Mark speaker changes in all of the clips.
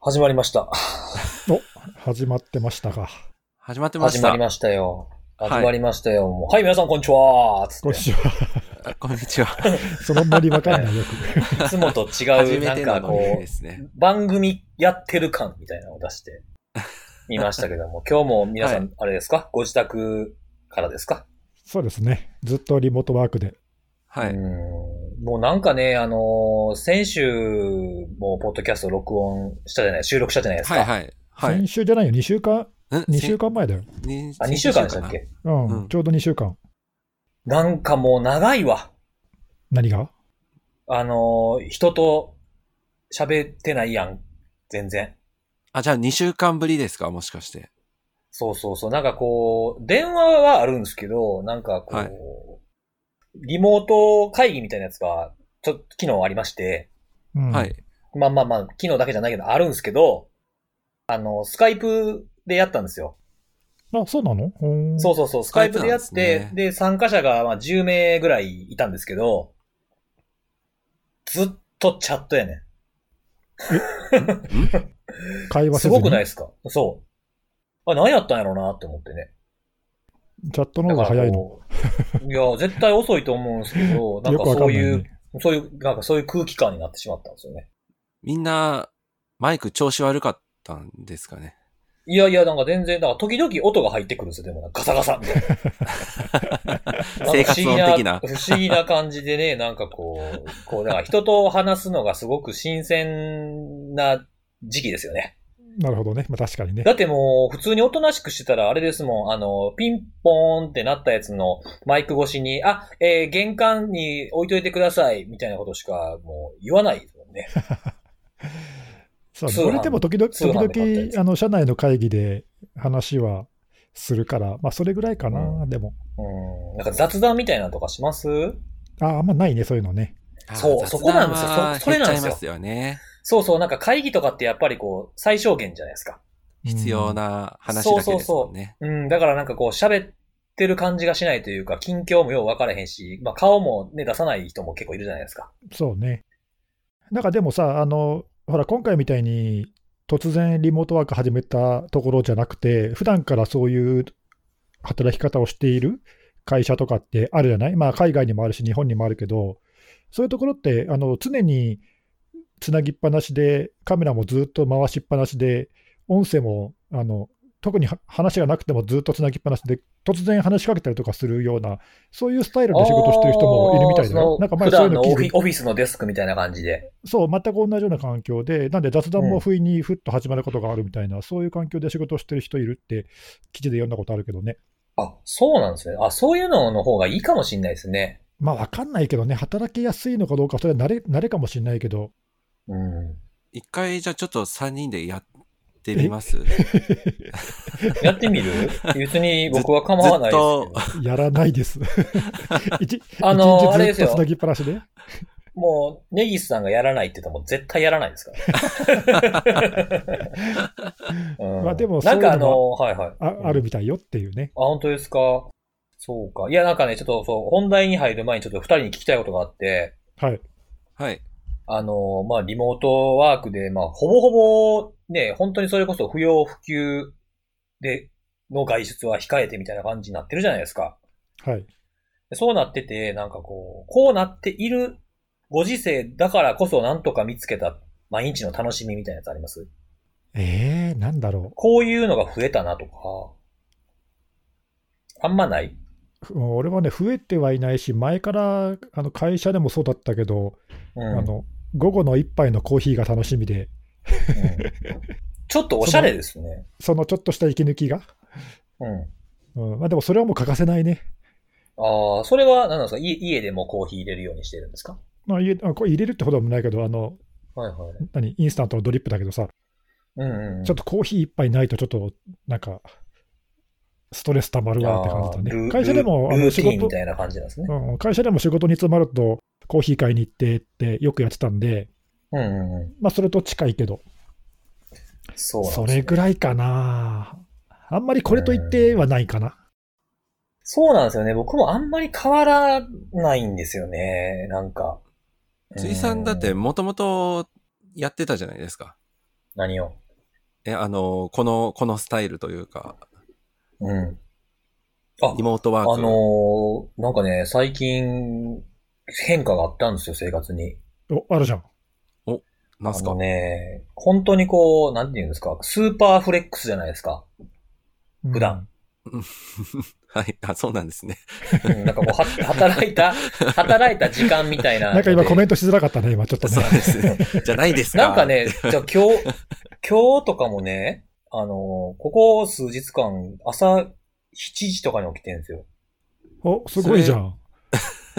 Speaker 1: 始まりました。
Speaker 2: お、始まってましたが。
Speaker 3: 始まってま
Speaker 1: 始
Speaker 3: し
Speaker 1: ま
Speaker 3: た
Speaker 1: り。ましたよ。
Speaker 3: はい
Speaker 1: 始まりましたよ。もうはい、皆さんこんにちはつ
Speaker 2: こん
Speaker 1: っ
Speaker 2: にちは。
Speaker 3: あこんにちは。
Speaker 2: そのノリわかんないよく。
Speaker 1: て、いつもと違
Speaker 3: 初
Speaker 1: う、
Speaker 3: め
Speaker 1: なん
Speaker 3: て
Speaker 1: か
Speaker 3: のノリ
Speaker 1: こ
Speaker 3: ですね。
Speaker 1: う、番組やってる感みたいなのを出してみましたけ ども、今日も皆さ
Speaker 3: は
Speaker 1: ん、あれですかご自宅からですか
Speaker 2: そうですね。ずっとリモートワークで。
Speaker 3: は
Speaker 1: う
Speaker 3: い。
Speaker 1: んもうなんかね、あのー先週もポッドキャスト録音したじゃない、収録したじゃないですか。
Speaker 3: はいはい。はい。
Speaker 2: 先週じゃないよ。2週間、
Speaker 3: ん
Speaker 2: 2週間前だよ。
Speaker 3: せに
Speaker 1: あ、2週間でしたっけ
Speaker 2: うん。
Speaker 3: うん
Speaker 2: ちょうど2週間。
Speaker 1: なんかもう長いわ。
Speaker 2: 何が
Speaker 1: あのー人と喋ってないやん。全然。
Speaker 3: あ、じゃあ2週間ぶりですかもしかして。
Speaker 1: そうそうそう。なんかこう、電話はあるんですけど、なんかこう、
Speaker 3: はい
Speaker 1: リモート会議みたいなやつが、ちょっと昨日ありまして、
Speaker 2: うん。
Speaker 3: は。い。
Speaker 1: まあまあまあ、昨日だけじゃないけど、あるんですけど、あの、スカイプでやったんですよ。
Speaker 2: あ、そうなの
Speaker 1: そう
Speaker 2: う。
Speaker 1: そうそう、スカ
Speaker 3: カ
Speaker 1: イ
Speaker 3: イ
Speaker 1: プ
Speaker 3: プ
Speaker 1: で
Speaker 3: な
Speaker 1: や
Speaker 3: んで
Speaker 1: っ
Speaker 3: す
Speaker 1: て、
Speaker 3: ね
Speaker 1: で参加者がまあ10名ぐらいいたんですけど、ずっとチャットやね
Speaker 2: 会
Speaker 1: ん。
Speaker 2: 話
Speaker 1: す
Speaker 2: せずに
Speaker 1: ごくないですかそう。あ、何やったんやろうなって思ってね。
Speaker 2: チャットの方が早いの。
Speaker 1: だからこういや、絶対遅いと思うんですけど、なん
Speaker 2: よ
Speaker 1: か
Speaker 2: くわかん
Speaker 1: そ
Speaker 2: な
Speaker 1: う
Speaker 2: い、ね。
Speaker 1: いうそういう、なんかそういう空気感になってしまったんですよね。
Speaker 3: みんな、マイク調子悪かったんですかね。
Speaker 1: いやいや、なんか全然、なんか時々音が入ってくるんですよ、でもなんかガサガサ みたいな。なんか
Speaker 3: 生活音的な
Speaker 1: 不思議不思議な感じでね、なんかこう、こう、なんか人と話すのがすごく新鮮な時期ですよね。
Speaker 2: なるほどね。まあ確かにね
Speaker 1: だ。ってもう、普通におとなしくしてたら、あれですもん、あの、ピンポーンってなったやつのマイク越しに、あ、えー玄関に置いといてください、みたいなことしかもう言わないですもんね。
Speaker 2: そう
Speaker 1: 通販
Speaker 2: 俺でも時々、
Speaker 1: 通販で買
Speaker 2: 時
Speaker 1: ったやつ
Speaker 2: 々、あの、社内の会議で話はするから、まあそれぐらいか
Speaker 1: う
Speaker 2: な、でも。
Speaker 1: うん。なんか雑談みたいなのとかします
Speaker 2: あ、あんまないね、そういうのね。
Speaker 3: あ
Speaker 1: そう
Speaker 3: 雑
Speaker 1: そこなんですよ
Speaker 3: 談は
Speaker 1: そそれなんですよ
Speaker 3: 減っちゃいますよね。
Speaker 1: そうそう、なんか会議とかってやっぱりこう、最小限じゃないですか。
Speaker 3: 必要
Speaker 2: な。
Speaker 3: な話だけですもんね。
Speaker 1: うん、だからなんかこう、喋ってる感じがしないというか、近況もよう分からへんし、まあ顔もね、出さない人も結構いるじゃないですか。
Speaker 2: そうね。なんかでもさ、あの、ほら、今回みたいに、突然リモートワーク始めたところじゃなくて、普段からそういう働き方をしている会社とかってあるじゃないまあ、海外にもあるし、日本にもあるけど、そういうところって、あの、常につなぎっぱなしで、カメラもずっと回しっぱなしで、音声も、あの、特には話がなくてもずっとつなぎっぱなしで、突然話しかけたりとかするような、そういうスタイルで仕事してる人もいるみたいだよ。
Speaker 1: あ
Speaker 2: なん
Speaker 1: ーそ
Speaker 2: か
Speaker 1: の普
Speaker 2: 前そういう
Speaker 1: 段の
Speaker 2: の
Speaker 1: オ
Speaker 2: 聞い
Speaker 1: フ
Speaker 2: て
Speaker 1: ィオフィスのデスクみたいな感じで。
Speaker 2: そう、全く同じような環境で、なんで雑談も不意にふっと始まることがあるみたいな、そういう環境で仕事をしてる人いるって、記事で読んだことあるけどね。
Speaker 1: あ、そうなんですね。あ、そういうのの方がいいかもしれないですね。
Speaker 2: まあ、わかんないけどね、働きやすいのかどうか、それは慣れ慣れかもしれないけど、
Speaker 1: うん。
Speaker 3: 一回じゃあちょっと3人でやってみます
Speaker 1: やってみる別に僕は構わないです
Speaker 3: ずっ
Speaker 1: けど。
Speaker 2: やらない です。一
Speaker 1: あのー
Speaker 2: 一
Speaker 1: あれで
Speaker 2: 日
Speaker 1: す
Speaker 2: ずっ
Speaker 1: よ
Speaker 2: とつなぎっぱなしで。
Speaker 1: もう、ネギスさんがやらないって言ったらもう絶対やらないです から。うん
Speaker 2: まあでも
Speaker 1: なんかあ
Speaker 2: そういう
Speaker 1: の、はいはい。
Speaker 2: ああるみたいよっていうね。
Speaker 1: あ、本当ですか。そうか。いや、なんかね、ちょっとそう、本題に入る前にちょっと二人に聞きたいことがあって、
Speaker 2: はい。
Speaker 3: はい。
Speaker 1: あの、まあ、リモートワークで、まあ、ほぼほぼ、ね、本当にそれこそ不要不急で、の外出は控えてみたいな感じになってるじゃないですか。
Speaker 2: はい。
Speaker 1: そうなってて、なんかこう、こうなっているご時世だからこそなんとか見つけた毎日の楽しみみたいなやつあります
Speaker 2: えー、なんだろ。
Speaker 1: こういうのが増えたなとか、あんまないう
Speaker 2: ふ俺はね、増えてはいないし、前からあの会社でもそうだったけど、
Speaker 1: うん。
Speaker 2: あの、午後の一杯のコーヒーが楽しみ
Speaker 1: う
Speaker 2: で、
Speaker 1: んちょっとおしゃれですね。
Speaker 2: そのちょっとした息抜きが。
Speaker 1: うん。
Speaker 2: うん、まあでもそれはもう欠かせないね。
Speaker 1: ああ、それは何なんですか家家でもコーヒー入れるようにしてるんですか
Speaker 2: まあ、入れあこれ入れるってほどでもないけど、あの
Speaker 1: はいはい。
Speaker 2: 何インスタントのドリップだけどさ、
Speaker 1: うんうん。
Speaker 2: ちょっ
Speaker 1: っ
Speaker 2: とコーヒー一杯ないと、ちょっとなんか、ストレスたまるわって感じだね。会社でもあ
Speaker 1: ル
Speaker 2: の
Speaker 1: ーテ
Speaker 2: 仕
Speaker 1: ィーン
Speaker 2: 事
Speaker 1: み、たいな感じなんですね。
Speaker 2: うん、会社でも仕事に詰まると、コーヒー買いに行ってってよくやってたんで、
Speaker 1: うんうんうん。
Speaker 2: まあ、それと近いけど、
Speaker 1: そうなんです、
Speaker 2: そ
Speaker 1: ね。
Speaker 2: れぐらいかな。あんまりこれと言ってはないかな。
Speaker 1: そうなんですよね。僕もあんまり変わらないんですよね。なんか。
Speaker 3: 辻さんだってもともとやってたじゃないですか。
Speaker 1: 何を。
Speaker 3: え、あの、この、このスタイルというか、
Speaker 1: うん。あ、
Speaker 3: リモートワーク。
Speaker 1: あのーなんかね、最近、変化があったんですよ、生活に。
Speaker 2: お、あるじゃん。
Speaker 3: なん
Speaker 1: あ
Speaker 3: す
Speaker 1: の
Speaker 3: か、
Speaker 1: ね、本当にこう、なんていうんですか、スーパーフレックスじゃないですか。
Speaker 2: うん
Speaker 1: 普段。
Speaker 3: はい。あ、そうなんですね。
Speaker 1: うんなんかこう、は働い た、働いた時間みたいな。
Speaker 2: なんか今コメ
Speaker 1: ン
Speaker 2: ントしづらかったね、今ちょっと
Speaker 3: そう
Speaker 2: ね。
Speaker 3: ですね。じゃないですか。
Speaker 1: なん かね、じゃあ今日、今日とかもね、あのーここ数日間、朝7時とかに起きてるんですよ。
Speaker 2: お、すごいじゃん。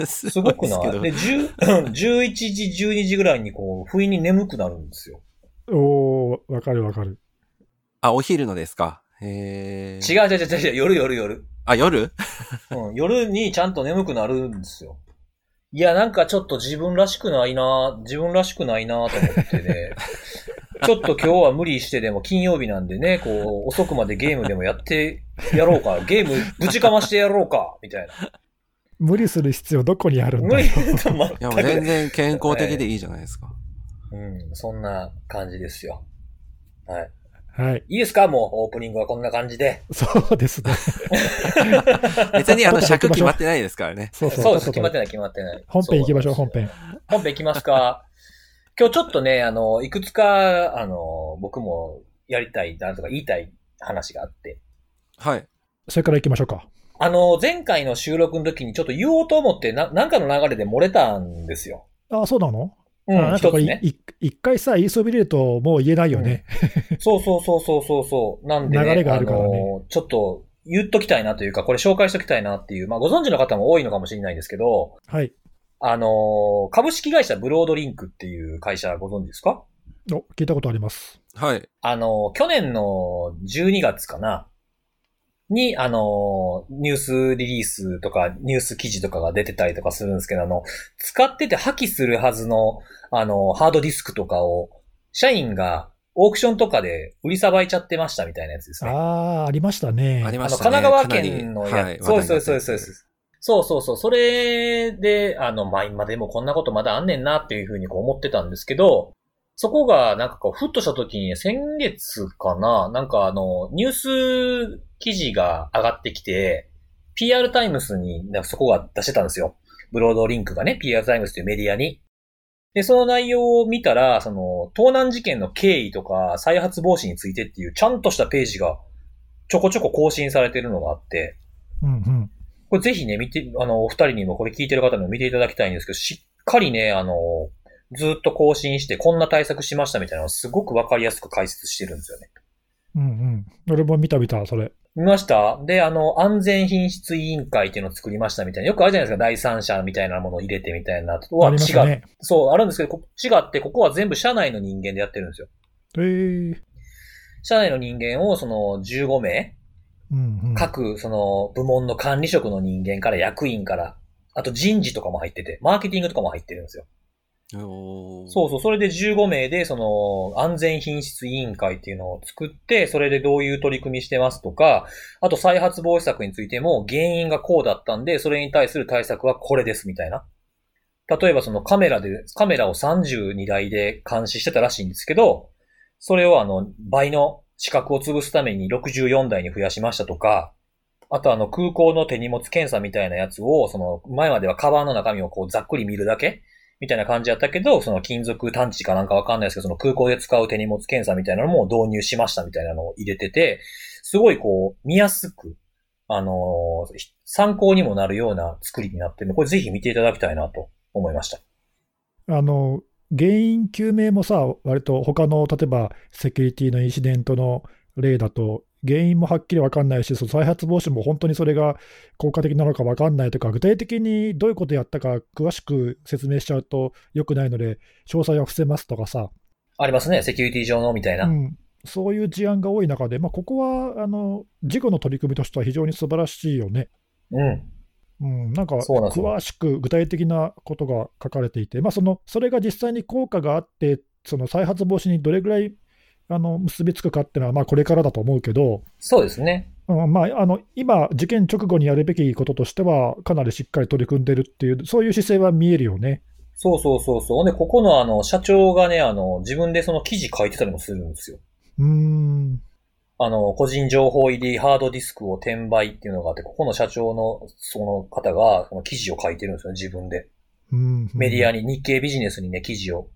Speaker 3: す
Speaker 1: す
Speaker 3: ご
Speaker 1: ご
Speaker 3: い
Speaker 1: く
Speaker 3: です
Speaker 1: な
Speaker 3: け
Speaker 1: い
Speaker 3: ど
Speaker 1: で、10 11時、12時ぐらいにこう、不意に眠くなるんですよ。
Speaker 2: おー、わかるわかる。
Speaker 3: あ、お昼のですか。え
Speaker 1: 違
Speaker 3: う。
Speaker 1: う違う違う違う、夜夜夜。
Speaker 3: あ、夜
Speaker 1: うん、夜にちゃんと眠くなるんですよ。いや、なんかちょっと自分らしくないな自分らしくないなと思って ね。ちょっと今日は無理してでも金曜日なんでね、こう、遅くまでゲームでもやってやろうか。ゲームぶちかましてやろうか。みたいな。
Speaker 2: 無理する必要どこにあるん
Speaker 1: 無
Speaker 2: だ
Speaker 1: 理
Speaker 2: よ。
Speaker 1: と全
Speaker 3: いや、
Speaker 1: く
Speaker 3: も
Speaker 1: な
Speaker 3: う
Speaker 1: い
Speaker 3: 全然健康的でいいじゃないですか。
Speaker 1: うん、そんな感じですよ。はい。
Speaker 2: はい。
Speaker 1: いいですかもうオープニングはこんな感じで。
Speaker 2: そうです ね。
Speaker 3: 別にあの
Speaker 2: ちょっと行きましょ
Speaker 3: 尺
Speaker 2: う
Speaker 3: 決まってないですからね。
Speaker 2: そうそう。
Speaker 1: そうです。決まっててない、決まってない。
Speaker 2: 本編行きましょう、
Speaker 1: そ
Speaker 2: 本
Speaker 1: なんですよ
Speaker 2: 編。
Speaker 1: 本編いきますか。 今日ちょっとね、あの、いくつか、あの、僕もやりたいなとか言いたい話があって。
Speaker 3: はい。
Speaker 2: それから行きましょうか。
Speaker 1: あの、前回の収録の時にちょっと言おうと思って、な、なんかの流れで漏れたんですよ。
Speaker 2: あ、そうなの
Speaker 1: う、
Speaker 2: あなんんか
Speaker 1: 一
Speaker 2: こ
Speaker 1: つ
Speaker 2: れ、
Speaker 1: ね。
Speaker 2: い一回さ、言いそびれるともう言えないよね。
Speaker 1: そうそうそうそうそうそう。なんで、ね、
Speaker 2: 流れがあるからね
Speaker 1: の、ちょっと言っときたいなというか、これ紹介しときたいなっていう、まあご存知の方も多いのかもしれないんですけど、
Speaker 2: はい。
Speaker 1: あの、株式会社ブロードリンクっていう会社ご存知ですか
Speaker 2: お、聞いたことあります。
Speaker 3: はい。
Speaker 1: あの、去年の12月かな、に、あの、ニュースリリースとか、ニュース記事とかが出てたりとかするんですけど、あの、使ってて破棄するはずの、あの、ハードディスクとかを、社員がオークションとかで売りさばいちゃってましたみたいなやつですね。
Speaker 2: あー、ありましたね。
Speaker 3: あり
Speaker 1: あ
Speaker 3: ま
Speaker 1: の、
Speaker 3: し
Speaker 1: 神
Speaker 3: たね。
Speaker 1: 奈川県の
Speaker 3: かな
Speaker 1: や
Speaker 3: りはい
Speaker 1: つ。そうそうそうそう
Speaker 3: 話題になってます。
Speaker 1: そうそうそう。それで、あの、まあ、今でもこんなことまだあんねんなっていうふうにこう思ってたんですけど、そこがなんかこう、ふっとした時に先月かな、なんかあの、ニュース記事が上がってきて、PR タイムスに、なんかそこが出してたんですよ。ブロードリンクがね、PR タイムスというメディアに。で、その内容を見たら、その、盗難事件の経緯とか、再発防止についてっていう、ちゃんとしたページが、ちょこちょこ更新されてるのがあって、
Speaker 2: うんうん。
Speaker 1: これぜひね、見て、あの、お二人にもこれ聞いてる方にも見ていただきたいんですけど、しっかりね、あの、ずっと更新して、こんな対策しましたみたいなのをすごくわかりやすく解説してるんですよね。
Speaker 2: うんうん。俺も見た見た、それ。
Speaker 1: 見ましたで、あの、安全品質委員会っていうのを作りましたみたいな。よくあるじゃないですか。第三者みたいなものを入れてみたいな。と
Speaker 2: あ
Speaker 1: は
Speaker 2: りま
Speaker 1: 違
Speaker 2: した
Speaker 1: う。
Speaker 2: ね。
Speaker 1: そう、あるんですけど、こ違って、ここは全部社内の人間でやってるんですよ。
Speaker 2: えー。
Speaker 1: 社内の人間を、その、15名、
Speaker 2: うんうん。
Speaker 1: 各、その、部門の管理職の人間から、役員から、あと人事とかも入ってて、マーケティングとかも入ってるんですよ。
Speaker 3: おー
Speaker 1: そうそう、それで15名で、その、安全品質委員会っていうのを作って、それでどういう取り組みしてますとか、あと再発防止策についても、原因がこうだったんで、それに対する対策はこれです、みたいな。例えばそのカメラで、カメラを32台で監視してたらしいんですけど、それをあの、倍の資格を潰すために64台に増やしましたとか、あとあの、空港の手荷物検査みたいなやつを、その、前まではカバンの中身をこう、ざっくり見るだけみたいな感じだったけど、その金属探知かなんかわかんないですけど、その空港で使う手荷物検査みたいなのも導入しましたみたいなのを入れてて、すごいこう、見やすく、あのーひ参考にもなるような作りになってるので、これぜひ見ていただきたいなと思いました。
Speaker 2: あの、原因究明もさ、割と他の、例えばセキュリティのインシデントの例だと、原因もはっきり分かんないし、その再発防止も本当にそれが効果的なのか分かんないとか、具体的にどういうことやったか詳しく説明しちゃうと良くないので、詳細は伏せますとかさ、
Speaker 1: ありますね、セキュリティ上のみたいな。
Speaker 2: うん、そういう事案が多い中で、まあ、ここはあの事故の取り組みとしては非常に素晴らしいよね。
Speaker 1: うん
Speaker 2: うん、なんか
Speaker 1: そうなんですよ
Speaker 2: 詳しく具体的なことが書かれていて、まあ、そのそれが実際に効果があって、その再発防止にどれぐらいあの結びつくかっていうのは、まあ、これからだと思うけど、
Speaker 1: そうですね。
Speaker 2: うんまあ、あの今、事件直後にやるべきこととしては、かなりしっかり取り組んでるっていう、そういう姿勢は見えるよね。
Speaker 1: そうそうそうそう。ほんで、ここのあの、社長がね、あの、自分でその記事書いてたりもするんですよ。
Speaker 2: うーん。
Speaker 1: あの、個人情報入りハードディスクを転売っていうのがあって、ここの社長のその方が、その記事を書いてるんですよ、自分で。
Speaker 2: うん
Speaker 1: メディア
Speaker 2: に。
Speaker 1: に、日経ビジネスにね、記事を、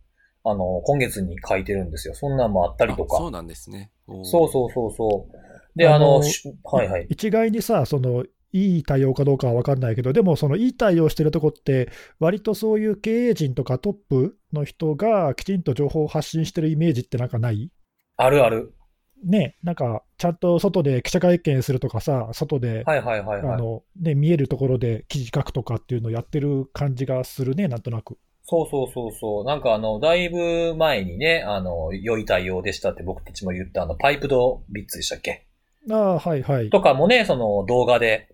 Speaker 1: あの、今月に書いてるんですよ。そんなんもあったりと
Speaker 3: あそう
Speaker 1: か。
Speaker 3: なんですね。おー
Speaker 1: そうそうそうそう。で、あ
Speaker 2: あ
Speaker 1: の、
Speaker 2: の
Speaker 1: しはいはい。
Speaker 2: 一概にさ、その、いい対応かどうかは分かんないけど、でも、そのいい対応してるとこって、割とそういう経営陣とかトップの人がきちんと情報を発信してるイメージってなんかない
Speaker 1: あるある。
Speaker 2: ね、なんか、ちゃんと外で記者会見するとかさ、外で、
Speaker 1: はいはいはいは
Speaker 2: あ
Speaker 1: い。
Speaker 2: のね、見えるところで記事書くとかっていうのをやってる感じがするね、なんとなく。
Speaker 1: そうそうそうそう。なんかあの、だいぶ前にね、あの、良い対応でしたって僕たちも言ったあの、パイプドビッツでしたっけ
Speaker 2: ああ、はいはい。
Speaker 1: とかもね、その動画で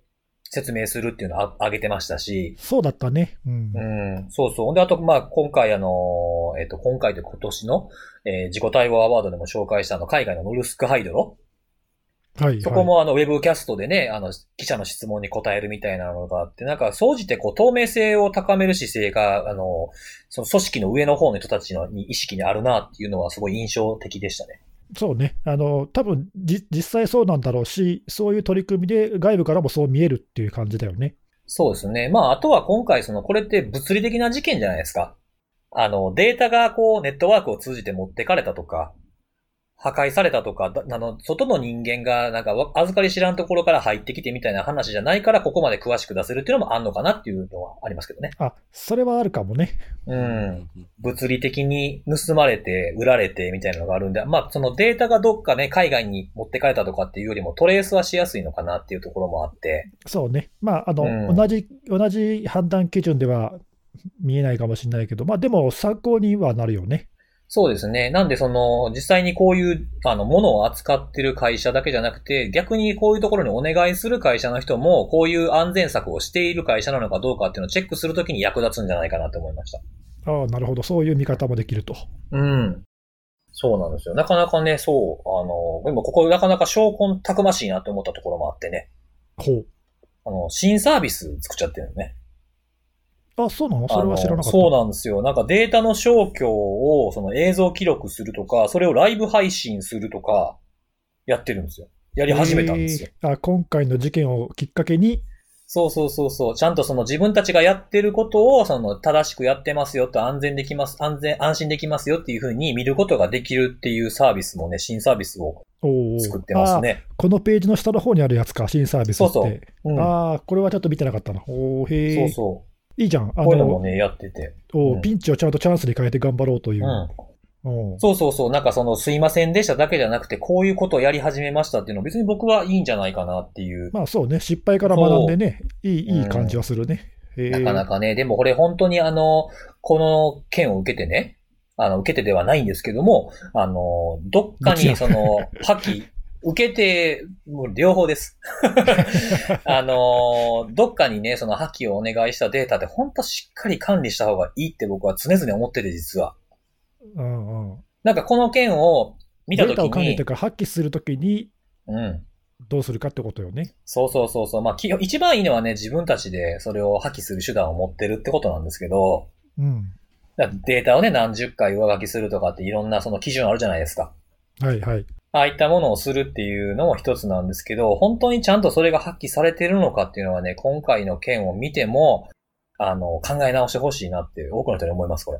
Speaker 1: 説明するっていうのをあ上げてましたし、
Speaker 2: そうだったね。うん。
Speaker 1: うん、そうそう。ほんで、あと、まあ、今回あの、えっと、今回で今年の、えー自己対応アワードでも紹介したあの、海外のノルスクハイドロ
Speaker 2: はい、はい。
Speaker 1: そこもあの、ウェブキャストでね、あの、記者の質問に答えるみたいなのがあって、なんか、総じてこう、透明性を高める姿勢が、あの、その組織の上の方の人たちのに意識にあるなっていうのはすごい印象的でしたね。
Speaker 2: そうね。あの、多分じ実際そうなんだろうし、そういう取り組みで外部からもそう見えるっていう感じだよね。
Speaker 1: そうですね。まあ、あとは今回、その、これって物理的な事件じゃないですか。あの、データがこう、ネットワークを通じて持ってかれたとか、破壊されたとか、だあの、外の人間が、なんかわ、預かり知らんところから入ってきてみたいな話じゃないから、ここまで詳しく出せるっていうのもあんのかなっていうのはありますけどね。
Speaker 2: あ、それはあるかもね。
Speaker 1: う。
Speaker 3: うんん。
Speaker 1: 物理的に盗まれて、売られてみたいなのがあるんで、まあ、そのデータがどっかね、海外に持ってかれたとかっていうよりも、トレースはしやすいのかなっていうところもあって、
Speaker 2: そうね。まあ、あの、
Speaker 1: うん
Speaker 2: 同じ、同じ判断基準では見えないかもしれないけど、まあ、でも参考にはなるよね。
Speaker 1: そうですね。なんで、その、実際にこういう、あの、ものを扱ってる会社だけじゃなくて、逆にこういうところにお願いする会社の人も、こういう安全策をしている会社なのかどうかっていうのをチェックするときに役立つんじゃないかなと思いました。
Speaker 2: ああ、なるほど。そういう見方もできると。
Speaker 1: うん。そうなんですよ。なかなかね、そう、あの、でもここなかなか証拠たくましいなと思ったところもあってね、
Speaker 2: ほ
Speaker 1: あの、新サービス作っちゃってるのね。
Speaker 2: う。あ、そうなのそれは知らなかった。
Speaker 1: あのそうなんですよ。なんかデータの消去をその映像記録するとか、それをライブ配信するとか、やってるんですよ。やり始めたんですよ。
Speaker 2: えーあ今回の事件をきっかけに、
Speaker 1: そうそうそうそう。ちゃんとその自分たちがやってることを、その正しくやってますよと安全できます、安全、安心できますよっていうふうに見ることができるっていうサービスもね、新サービスを
Speaker 2: おー
Speaker 1: 作ってますね。
Speaker 2: あーこのページの下の方にあるやつか、新サービスって。
Speaker 1: そうそううん。
Speaker 2: ああ、これはちょっと見てなかったな。おーへ
Speaker 1: そ
Speaker 2: え
Speaker 1: うそ
Speaker 2: いいじゃん。
Speaker 1: う。
Speaker 2: あ
Speaker 1: こういう
Speaker 2: の
Speaker 1: のもね、やってて。
Speaker 2: おー
Speaker 1: うん
Speaker 2: ピンチをちゃんとチャンスに変えて頑張ろうというう。
Speaker 1: ん。
Speaker 2: おー
Speaker 1: そうそうそう。なんかその、すいませんでしただけじゃなくて、こういうことをやり始めましたっていうのは別に僕はいいんじゃないかなっていう。
Speaker 2: まあそうね、失敗から学んでね、いいいい感じはするね。へー
Speaker 1: なかなかね、でもこれ本当にあの、この件を受けてね、あの、受けてではないんですけども、あの、どっか
Speaker 2: もちろ
Speaker 1: に
Speaker 2: ん
Speaker 1: その、破棄、受けて、もう両方 です。あの、どっかにね、その破棄をお願いしたデータって本当しっかり管理した方がいいって僕は常々思ってて実は。
Speaker 2: うんうん、
Speaker 1: なんかこの件を見た
Speaker 2: デ
Speaker 1: と
Speaker 2: ー
Speaker 1: き
Speaker 2: タを管理
Speaker 1: に
Speaker 2: という、か、発揮するときに
Speaker 1: うん。
Speaker 2: どうするかってことよね。
Speaker 1: そうそうそうそう。まあ、企業一番いいのはね、自分たちでそれを破棄する手段を持ってるってことなんですけど、
Speaker 2: うん。
Speaker 1: だからデータをね、何十回上書きするとかっていろんなその基準あるじゃないですか。
Speaker 2: はいはい。
Speaker 1: ああいったものをするっていうのも一つなんですけど、本当にちゃんとそれが発揮されてるのかっていうのはね、今回の件を見ても、あの、考え直してほしいなって多くの人に思います、これ。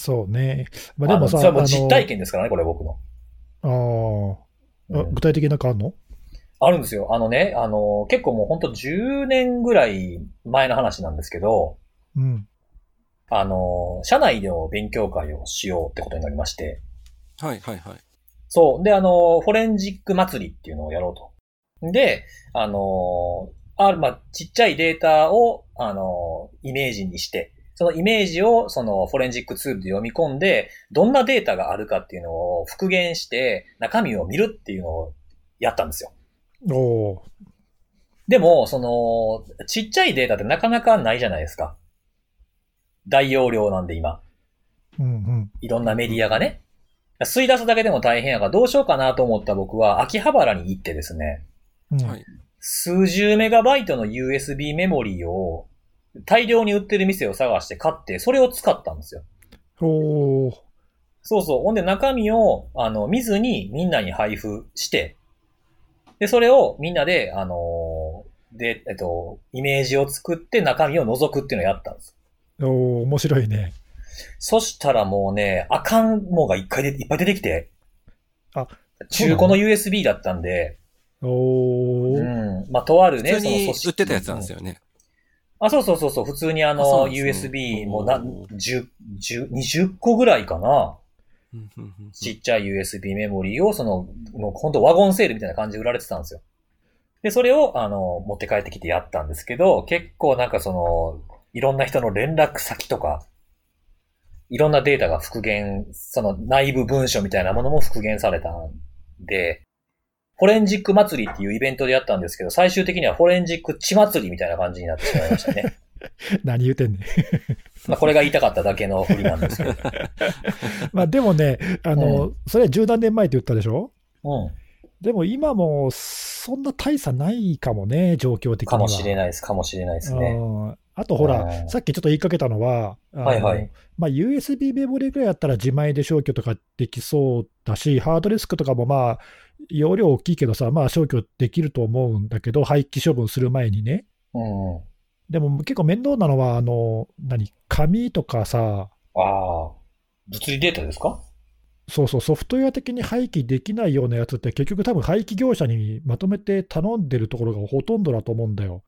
Speaker 2: そうね。まあ
Speaker 1: あ
Speaker 2: で
Speaker 1: の
Speaker 2: も
Speaker 1: そ
Speaker 2: さ、
Speaker 1: れはもう
Speaker 2: あの
Speaker 1: 実体験ですからね、これ僕の。
Speaker 2: あー
Speaker 1: う
Speaker 2: あ
Speaker 1: ん
Speaker 2: 具体的になんかあんの
Speaker 1: あるんですよ。あのね、あの、結構もう本当10年ぐらい前の話なんですけど、
Speaker 2: うん。
Speaker 1: あの、社内での勉強会をしようってことになりまして。
Speaker 3: はいはいはい。
Speaker 1: そう。で、あの、フォレンジック祭りっていうのをやろうと。で、あの、ある、まあ、ちっちゃいデータを、あの、イメージにして、そのイメージを、その、フォレンジックツールで読み込んで、どんなデータがあるかっていうのを復元して、中身を見るっていうのをやったんですよ。
Speaker 2: おー
Speaker 1: でも、その、ちっちゃいデータってなかなかないじゃないですか。大容量なんで今。
Speaker 2: うんうん。
Speaker 1: いろんなメディアがね。吸い出すだけでも大変やから、どうしようかなと思った僕は、秋葉原に行ってですね、
Speaker 2: うん
Speaker 3: はい
Speaker 1: 数十メガバイトの USB メモリーを大量に売ってる店を探して買って、それを使ったんですよ。
Speaker 2: おー
Speaker 1: そうそう。ほんで中身を、あの、見ずにみんなに配布して、で、それをみんなで、あのーで、えっと、イメージを作って中身を覗くっていうのをやったんです。
Speaker 2: おー面白いね。
Speaker 1: そしたらもうね、あかんもんがいっぱいでいっぱい出てきて。
Speaker 2: あ、
Speaker 1: 中古の USB だったんで、
Speaker 2: お
Speaker 1: う
Speaker 2: ー
Speaker 1: ん。まあ、とある
Speaker 3: 普
Speaker 1: ね、
Speaker 3: 通に
Speaker 1: その
Speaker 3: 売ってたやつなんです
Speaker 1: よ。
Speaker 3: よね。
Speaker 1: あ、そうそうそうそう、普通にあ
Speaker 3: あそう
Speaker 1: の、
Speaker 3: なんですね
Speaker 1: USB もな、
Speaker 3: おー
Speaker 1: 10、10 20個ぐらいかな。
Speaker 3: うんうんうん
Speaker 1: ちっちゃい USB メモリーを、その、もう本当ワゴンセールみたいな感じで売られてたんですよ。で、それを、あの、持って帰ってきてやったんですけど、結構なんかその、いろんな人の連絡先とか、いろんなデータが復元、その内部文書みたいなものも復元されたんで、フォレンジック祭りっていうイベントでやったんですけど、最終的にはフォレンジック地祭りみたいな感じになってしまいましたね。
Speaker 2: 何言うてんねん。
Speaker 1: まあこれが言いたかっただけの振りなんですけど。
Speaker 2: まあでもね、あの、それは十何年前って言ったでしょ
Speaker 1: うん。
Speaker 2: でも今もそんな大差ないかもね、状況的に
Speaker 1: か
Speaker 2: は。
Speaker 1: もしれないです。かもしれないですね。
Speaker 2: うんあとほ
Speaker 1: う
Speaker 2: ら、
Speaker 1: ん
Speaker 2: さっきちょっと言いかけたのは、あの
Speaker 1: はいはい
Speaker 2: まあ、USB メモリーぐらいだったら自前で消去とかできそうだし、ハードディスクとかもまあ、容量大きいけどさ、まあ消去できると思うんだけど、廃棄処分する前にね。
Speaker 1: うん。
Speaker 2: でも結構面倒なのは、あの、何、紙とかさ、
Speaker 1: ああ。物理データですか
Speaker 2: そうそう、ソフトウェア的に廃棄できないようなやつって、結局多分廃棄業者にまとめて頼んでるところがほとんどだと思うんだよ。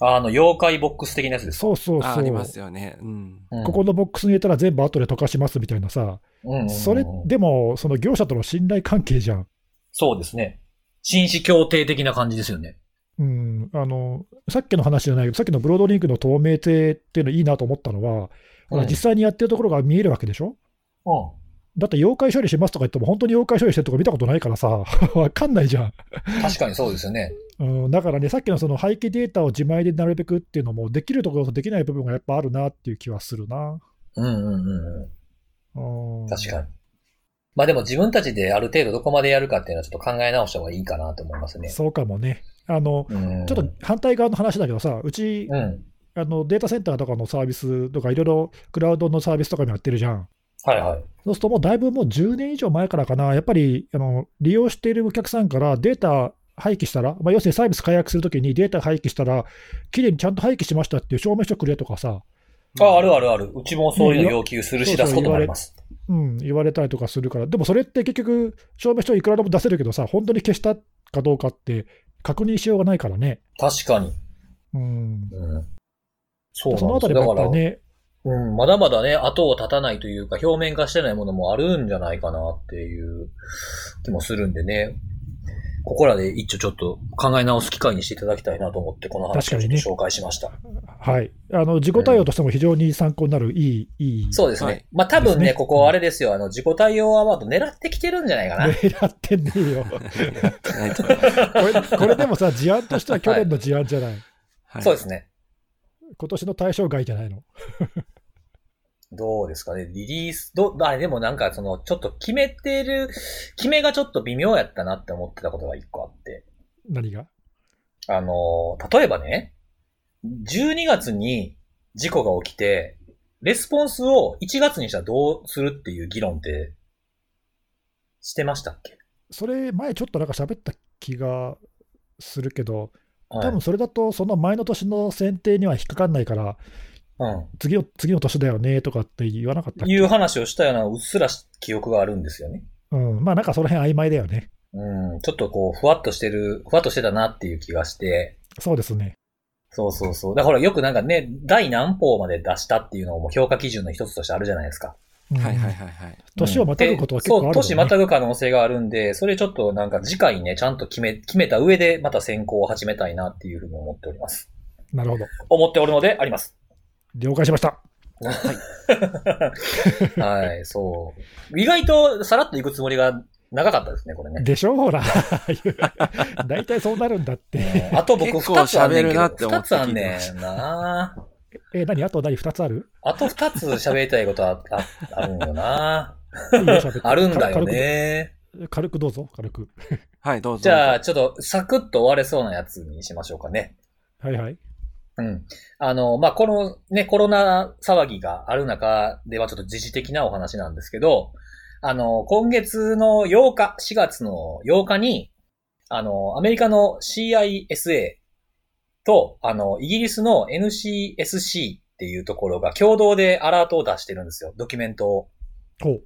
Speaker 1: あの、妖怪ボックス的なやつですか
Speaker 2: そうそう
Speaker 3: あ
Speaker 2: そ
Speaker 3: あ
Speaker 2: う。
Speaker 3: りますよね。うん。
Speaker 1: うん
Speaker 2: ここのボックスに入れたら全部後で溶かしますみたいなさ、
Speaker 1: うんうんうん
Speaker 2: それ、でも、その業者との信頼関係じゃん。
Speaker 1: そうですね。紳士協定的な感じですよね。
Speaker 2: うん、あの、さっきの話じゃないけど、さっきのブロードリンクの透明性っていうのいいなと思ったのは、ほら
Speaker 1: うん
Speaker 2: 実際にやってるところが見えるわけでしょ
Speaker 1: うん。
Speaker 2: だって妖怪処理しますとか言っても、本当に妖怪処理してるとこ見たことないからさ、 わかんないじゃん。
Speaker 1: 確かにそうですよね。
Speaker 2: うん、だからね、さっきのその廃棄データを自前でなるべくっていうのも、できるところとできない部分がやっぱあるなっていう気はするな。
Speaker 1: うんうんうんう
Speaker 2: うん
Speaker 1: ん。確かに。まあでも自分たちである程度どこまでやるかっていうのはちょっと考え直した方がいいかなと思いますね。
Speaker 2: そうかもね。あの、
Speaker 1: うん。
Speaker 2: ちょっと反対側の話だけどさ、うち、
Speaker 1: うん。
Speaker 2: あのデータセンターとかのサービスとか、いろいろクラウドのサービスとかもやってるじゃん。
Speaker 1: はいはい。
Speaker 2: そうするともうだいぶもう10年以上前からかな、やっぱりあの利用しているお客さんからデータ廃棄したら、まあ、要するにサービス解約するときにデータ廃棄したら、きれいにちゃんと廃棄しましたっていう証明書くれとかさ、
Speaker 1: あ、あるあるある。うちもそういうの要求するし出すこともあります。
Speaker 2: うん、言われたりとかするから、でもそれって結局、証明書いくらでも出せるけどさ、本当に消したかどうかって確認しようがないからね。
Speaker 1: 確かに。
Speaker 2: うん、
Speaker 1: うん。そうなんです
Speaker 2: そのあたりもやっ
Speaker 1: だ
Speaker 2: ぱ
Speaker 1: から
Speaker 2: ね、
Speaker 1: うん、まだまだね、後を絶たないというか、表面化してないものもあるんじゃないかなっていう気もするんでね。ここらで一丁ちょっと考え直す機会にしていただきたいなと思って、この話をちょっと紹介しました。
Speaker 2: はい、あの自己対応としても非常に参考になる、いい、いい、
Speaker 1: そうですね。
Speaker 3: はい
Speaker 1: まあ多分
Speaker 2: です
Speaker 1: ね、
Speaker 2: ね
Speaker 1: ここあれですよ、あの、自己対応アワード狙ってきてるんじゃないかな。
Speaker 2: 狙ってねえよ。
Speaker 3: ないと思います
Speaker 2: これこれでもさ、事案としては去年の事案じゃない、
Speaker 3: はい
Speaker 1: そうですね。
Speaker 2: 今年の対象外じゃないの。
Speaker 1: どうですかね。リリース、ど、あれでもなんかその、ちょっと決めてる、決めがちょっと微妙やったなって思ってたことが一個あって。
Speaker 2: 何が
Speaker 1: あの、例えばね、12月に事故が起きて、レスポンスを1月にしたらどうするっていう議論って、してましたっけ、
Speaker 2: それ、前ちょっとなんか喋った気がするけど、
Speaker 1: はい、
Speaker 2: 多分それだと、その前の年の選定には引っかかんないから、次の次の年だよねとかって言わなかっ
Speaker 1: う
Speaker 2: たっ
Speaker 1: ん。
Speaker 2: け
Speaker 1: いう話をしたような、うっすらし記憶があるんですよね。
Speaker 2: うん、まあなんかその辺曖昧だよね。
Speaker 1: うん。ちょっとこう、ふわっとしてる、ふわっとしてたなっていう気がして、
Speaker 2: そうですね。
Speaker 1: そうそうそう。だからほらよくなんかね、第何項まで出したっていうのも評価基準の一つとしてあるじゃないですか。
Speaker 2: うん
Speaker 3: はいはいはいはい。
Speaker 2: 年をまたぐことは結構あるよ、ね
Speaker 1: そう、年またぐ可能性があるんで、それちょっとなんか次回ね、ちゃんと決め、決めた上でまた選考を始めたいなっていうふうに思っております。
Speaker 2: なるほど。
Speaker 1: 思っておるのであります。
Speaker 2: 了解しました。
Speaker 1: はい、そう。意外とさらっと行くつもりが長かったですね、これね。
Speaker 2: でしょ ほら。大体そうなるんだって。
Speaker 1: うんあと僕
Speaker 3: 結構
Speaker 1: 2つあんねんけ
Speaker 3: 喋る
Speaker 1: ど、
Speaker 3: なって思
Speaker 1: 2
Speaker 3: って
Speaker 1: つあ
Speaker 3: 聞
Speaker 1: ん
Speaker 3: いて
Speaker 1: ね
Speaker 3: まし
Speaker 1: んな
Speaker 2: え、何あと何 ?2 つ ある
Speaker 1: あと2つ喋りたいことはあああるんよな
Speaker 2: いいよ喋って
Speaker 1: あるんだよね。
Speaker 2: 軽く軽くどうぞ、軽く。
Speaker 3: はい、どうぞ。
Speaker 1: じゃあ、ちょっとサクッと終われそうなやつにしましょうかね。
Speaker 2: はいはい。
Speaker 1: うん。あの、まあ、このね、コロナ騒ぎがある中ではちょっと自主的なお話なんですけど、あの、今月の8日、4月の8日に、あの、アメリカの CISA と、あの、イギリスの NCSC っていうところが共同でアラートを出してるんですよ、ドキュメントを。
Speaker 2: ほう。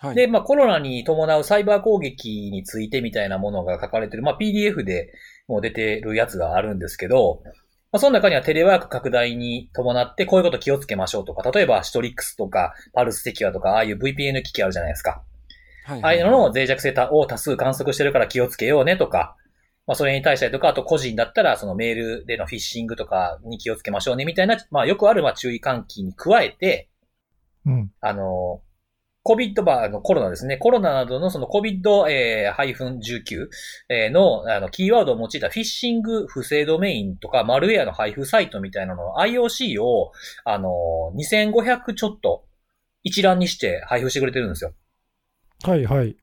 Speaker 3: はい。
Speaker 1: で、まあ、コロナに伴うサイバー攻撃についてみたいなものが書かれてる、まあ、PDF でもう出てるやつがあるんですけど、まあ、その中にはテレワーク拡大に伴ってこういうこと気をつけましょうとか、例えばシトリックスとかパルスセキュアとか、ああいう VPN 機器あるじゃないですか。
Speaker 3: はい、
Speaker 1: ああいうのの脆弱性を多数観測してるから気をつけようねとか、まあそれに対してとか、あと個人だったらそのメールでのフィッシングとかに気をつけましょうねみたいな、まあよくあるまあ注意喚起に加えて、
Speaker 2: うん。
Speaker 1: あの、COVID、まああのコロナですね。コロナなどのその COVID-19、えーえーのあのキーワードを用いたフィッシング不正ドメインとかマルウェアの配布サイトみたいなのの IOC を、あの、2500ちょっと一覧にして配布してくれてるんですよ。
Speaker 2: はいはい。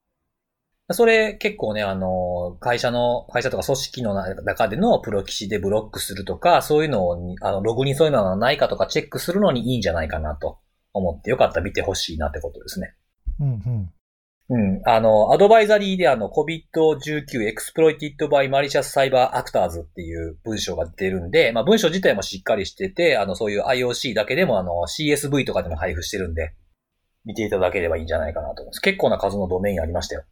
Speaker 1: それ結構ね、あの、会社の、会社とか組織の中でのプロ棋士でブロックするとか、そういうのに、あの、ログにそういうのがないかとかチェックするのにいいんじゃないかなと思って、よかったら見てほしいなってことですね。
Speaker 2: うんうん。
Speaker 1: うん。あの、アドバイザリーであの、COVID-19 Exploited by Malicious Cyber Actors っていう文章が出るんで、まあ文章自体もしっかりしてて、あの、そういう IOC だけでも、あの、CSV とかでも配布してるんで、見ていただければいいんじゃないかなと思います。結構な数のドメインありましたよ。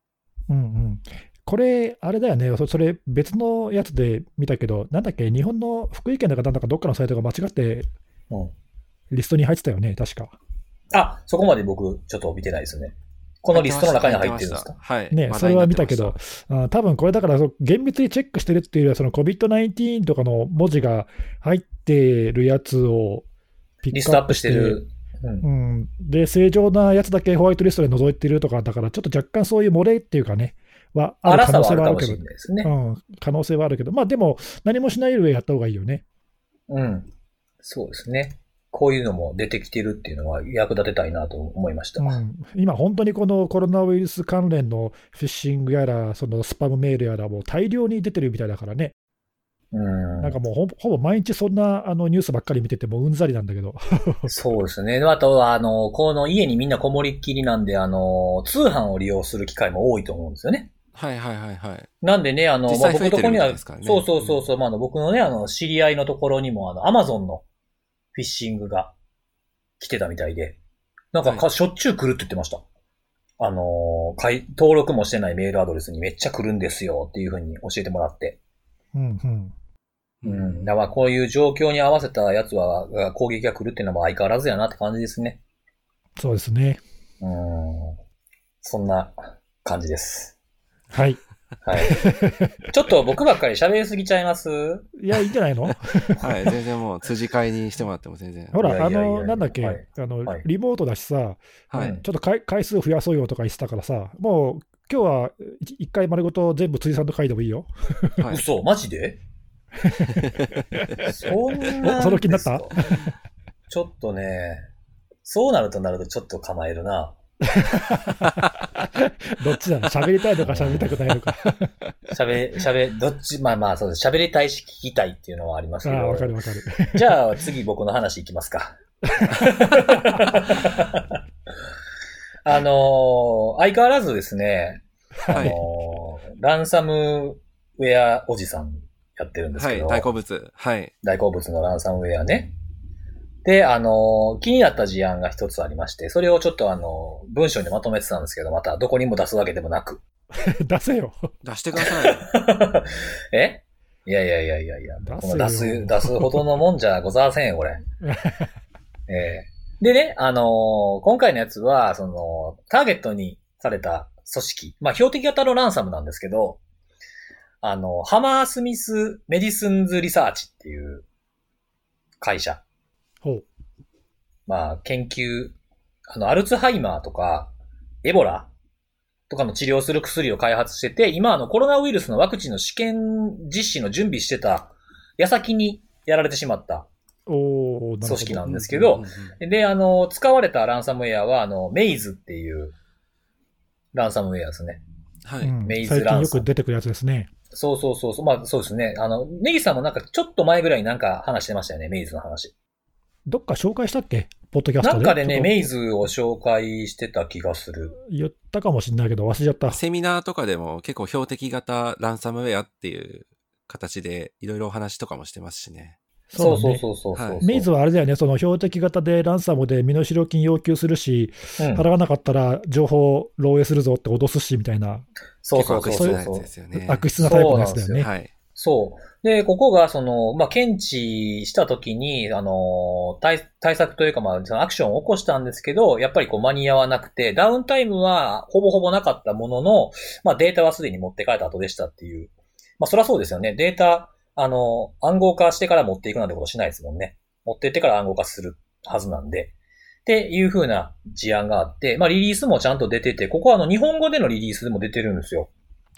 Speaker 2: うんうん。これ、あれだよね、そそれ、別のやつで見たけど、なんだっけ、日本の福井県だかなんだかどっかのサイトが間違って
Speaker 1: うん。
Speaker 2: リストに入ってたよね、確か。
Speaker 1: あ、そこまで僕、ちょっと見てないですね。このリストの中に入ってるんですか
Speaker 3: はい。
Speaker 2: ね、
Speaker 3: 話
Speaker 2: それ
Speaker 3: 題にな
Speaker 2: は
Speaker 3: っ
Speaker 2: 見
Speaker 3: て
Speaker 2: た
Speaker 3: ま
Speaker 2: け
Speaker 3: し
Speaker 2: ど、あ多分これだからそう、厳密にチェックしてるっていうよりは、その COVID-19 とかの文字が入ってるやつをピ
Speaker 1: リ
Speaker 2: ッ
Speaker 1: ス
Speaker 2: ク
Speaker 1: ト
Speaker 2: ア
Speaker 1: ア
Speaker 2: ッ
Speaker 1: ップ
Speaker 2: プし、
Speaker 1: しててる。うん
Speaker 2: うん、で、正常なやつだけホワイトリストで除いてるとか、だからちょっと若干そういう漏れっていうかね、はある
Speaker 1: 荒
Speaker 2: 可
Speaker 1: さ
Speaker 2: 能
Speaker 1: は
Speaker 2: 性
Speaker 1: ある
Speaker 2: はあ
Speaker 1: かも
Speaker 2: るけ
Speaker 1: し
Speaker 2: ど
Speaker 1: れない、ですね。
Speaker 2: うん、可能性はあるけど、まあでも、何もしない上やった方がいいよね。
Speaker 1: うん。そうですね。こういうのも出てきてるっていうのは役立てたいなと思いました。
Speaker 2: うん、今、本当にこのコロナウイルス関連のフィッシングやら、そのスパムメールやら、もう大量に出てるみたいだからね、
Speaker 1: うん。
Speaker 2: なんかもうほぼほぼ毎日そんなあのニュースばっかり見てて、もううんざりなんだけど、
Speaker 1: そうですね。あとは、あの、この家にみんなこもりっきりなんで、あの、通販を利用する機会も多いと思うんですよね。
Speaker 3: たはいはいはいはい。
Speaker 1: なんでね、あの、
Speaker 3: 実際
Speaker 1: まあ僕のところに
Speaker 3: 増えてるみたい
Speaker 1: は、
Speaker 3: ですからね
Speaker 1: そうそうそうそう、まあ、あの僕のね、あの、知り合いのところにも、あの、アマゾンのフィッシングが来てたみたいで、なんかか、
Speaker 3: は
Speaker 1: しょっちゅう来るって言ってました。あのー、かい登録もしてないメールアドレスにめっちゃ来るんですよっていうふうに教えてもらって。
Speaker 2: うんう
Speaker 1: う
Speaker 2: ん、
Speaker 1: ん。だからこういう状況に合わせたやつは、が攻撃が来るっていうのも相変わらずやなって感じですね。
Speaker 2: そうですね。
Speaker 1: うん。そんな感じです。
Speaker 2: はい。
Speaker 1: はい。ちょっと僕ばっかり喋りすぎちゃいます
Speaker 2: いや、いいんじゃないの
Speaker 3: はい、全然もう、辻会にしてもらっても全然。
Speaker 2: ほ
Speaker 1: い
Speaker 2: ら、
Speaker 1: や
Speaker 2: あ
Speaker 1: いやいや
Speaker 2: の、なんだっけ、
Speaker 1: はい
Speaker 2: あの
Speaker 1: はい、
Speaker 2: リモートだしさ、
Speaker 3: は
Speaker 1: うん
Speaker 3: い。
Speaker 2: ちょっと回回数増やそうよとか言ってたからさ、もう今日は一一回丸ごと全部辻さんの回でもいいよ。
Speaker 3: はい。
Speaker 1: 嘘マジでそんな
Speaker 2: おその気になった
Speaker 1: ですかちょっとね、そうなるとなるとちょっと構えるな。
Speaker 2: どっちだろう、喋りたいのか喋りたくない のか。
Speaker 1: 喋、喋、どっち、まあまあそうです。喋りたいし聞きたいっていうのはあります
Speaker 2: あ
Speaker 1: け
Speaker 2: あ、
Speaker 1: ど
Speaker 2: わか。るわかる。
Speaker 1: じゃあ次僕の話いきます か。あのー相変わらずですね、
Speaker 3: は
Speaker 1: あ
Speaker 3: い。
Speaker 1: のーランサムウェアおじさんやってるんです
Speaker 3: は
Speaker 1: け
Speaker 3: い。
Speaker 1: ど、
Speaker 3: 大好物。はい。
Speaker 1: 大好物のランサムウェアね。で、あの、気になった事案が一つありまして、それをちょっとあの、文章にまとめてたんですけど、またどこにも出すわけでもなく。
Speaker 2: 出せよ。
Speaker 3: 出してください。
Speaker 1: えいやいやいやいやいや、出
Speaker 2: 出せよ
Speaker 1: す出す、出すほどのもんじゃございません よ、これ。ええでね、あの今回のやつは、その、ターゲットにされた組織、まあ、標的型のランサムなんですけど、あの、ハマースミス・メディスンズ・リサーチっていう会社。
Speaker 2: ほう。
Speaker 1: まあ、研究、あの、アルツハイマーとか、エボラとかの治療する薬を開発してて、今、あの、コロナウイルスのワクチンの試験実施の準備してた、矢先にやられてしまった。
Speaker 2: おー
Speaker 1: 組織なんですけ
Speaker 3: う
Speaker 1: ど
Speaker 3: んうんうん
Speaker 1: で、あの、使われたランサムウェアは、あの、メイズっていう、ランサムウェアですね。
Speaker 3: は
Speaker 2: う
Speaker 3: い。
Speaker 2: ん
Speaker 1: メイズ
Speaker 2: 最
Speaker 1: ラ
Speaker 2: 近
Speaker 1: ン
Speaker 2: よ
Speaker 1: サム
Speaker 2: く出てくるやつですね。
Speaker 1: そうそうそうそう。まあそうですね。あの、ネギさんもなんかちょっと前ぐらいになんか話してましたよね、メイズの話。
Speaker 2: どっか紹介したっけポッドキャスト
Speaker 1: な
Speaker 2: で。
Speaker 1: んかで
Speaker 2: ちょ
Speaker 1: ね、
Speaker 2: っと
Speaker 1: メイズを紹介してた気がする。
Speaker 2: 言ったかもしれないけど、忘れちゃった。
Speaker 3: セミナーとかでも結構標的型ランサムウェアっていう形でいろいろお話とかもしてますしね。
Speaker 1: そう
Speaker 2: だ
Speaker 1: そう
Speaker 2: ね
Speaker 1: そうそうそう、
Speaker 3: はい
Speaker 2: メイズ
Speaker 1: は、
Speaker 2: はあれだよね、その標的型でランサムで身代金要求するし、
Speaker 1: うん、
Speaker 2: 払わなかったら情報漏洩するぞって脅すしみたいな、
Speaker 1: そうそうそう
Speaker 3: 結
Speaker 1: そ
Speaker 3: 構悪質
Speaker 1: う
Speaker 3: なや
Speaker 1: そ
Speaker 3: つ
Speaker 1: う
Speaker 3: で。すよね。
Speaker 2: 悪質なタイプのやつだよね。
Speaker 3: はい。
Speaker 1: そう。で、ここが、その、まあ、検知した時に、あの、対、対策というか、まあ、そのアクションを起こしたんですけど、やっぱりこう間に合わなくて、ダウンタイムはほぼほぼなかったものの、まあ、データはすでに持って帰った後でしたっていう。まあ、そりゃそうですよね。データ、あの、暗号化してから持っていくなんてことしないですもんね。持ってってから暗号化するはずなんで。っていう風な事案があって、まあ、リリースもちゃんと出てて、ここはあの、日本語でのリリースでも出てるんですよ。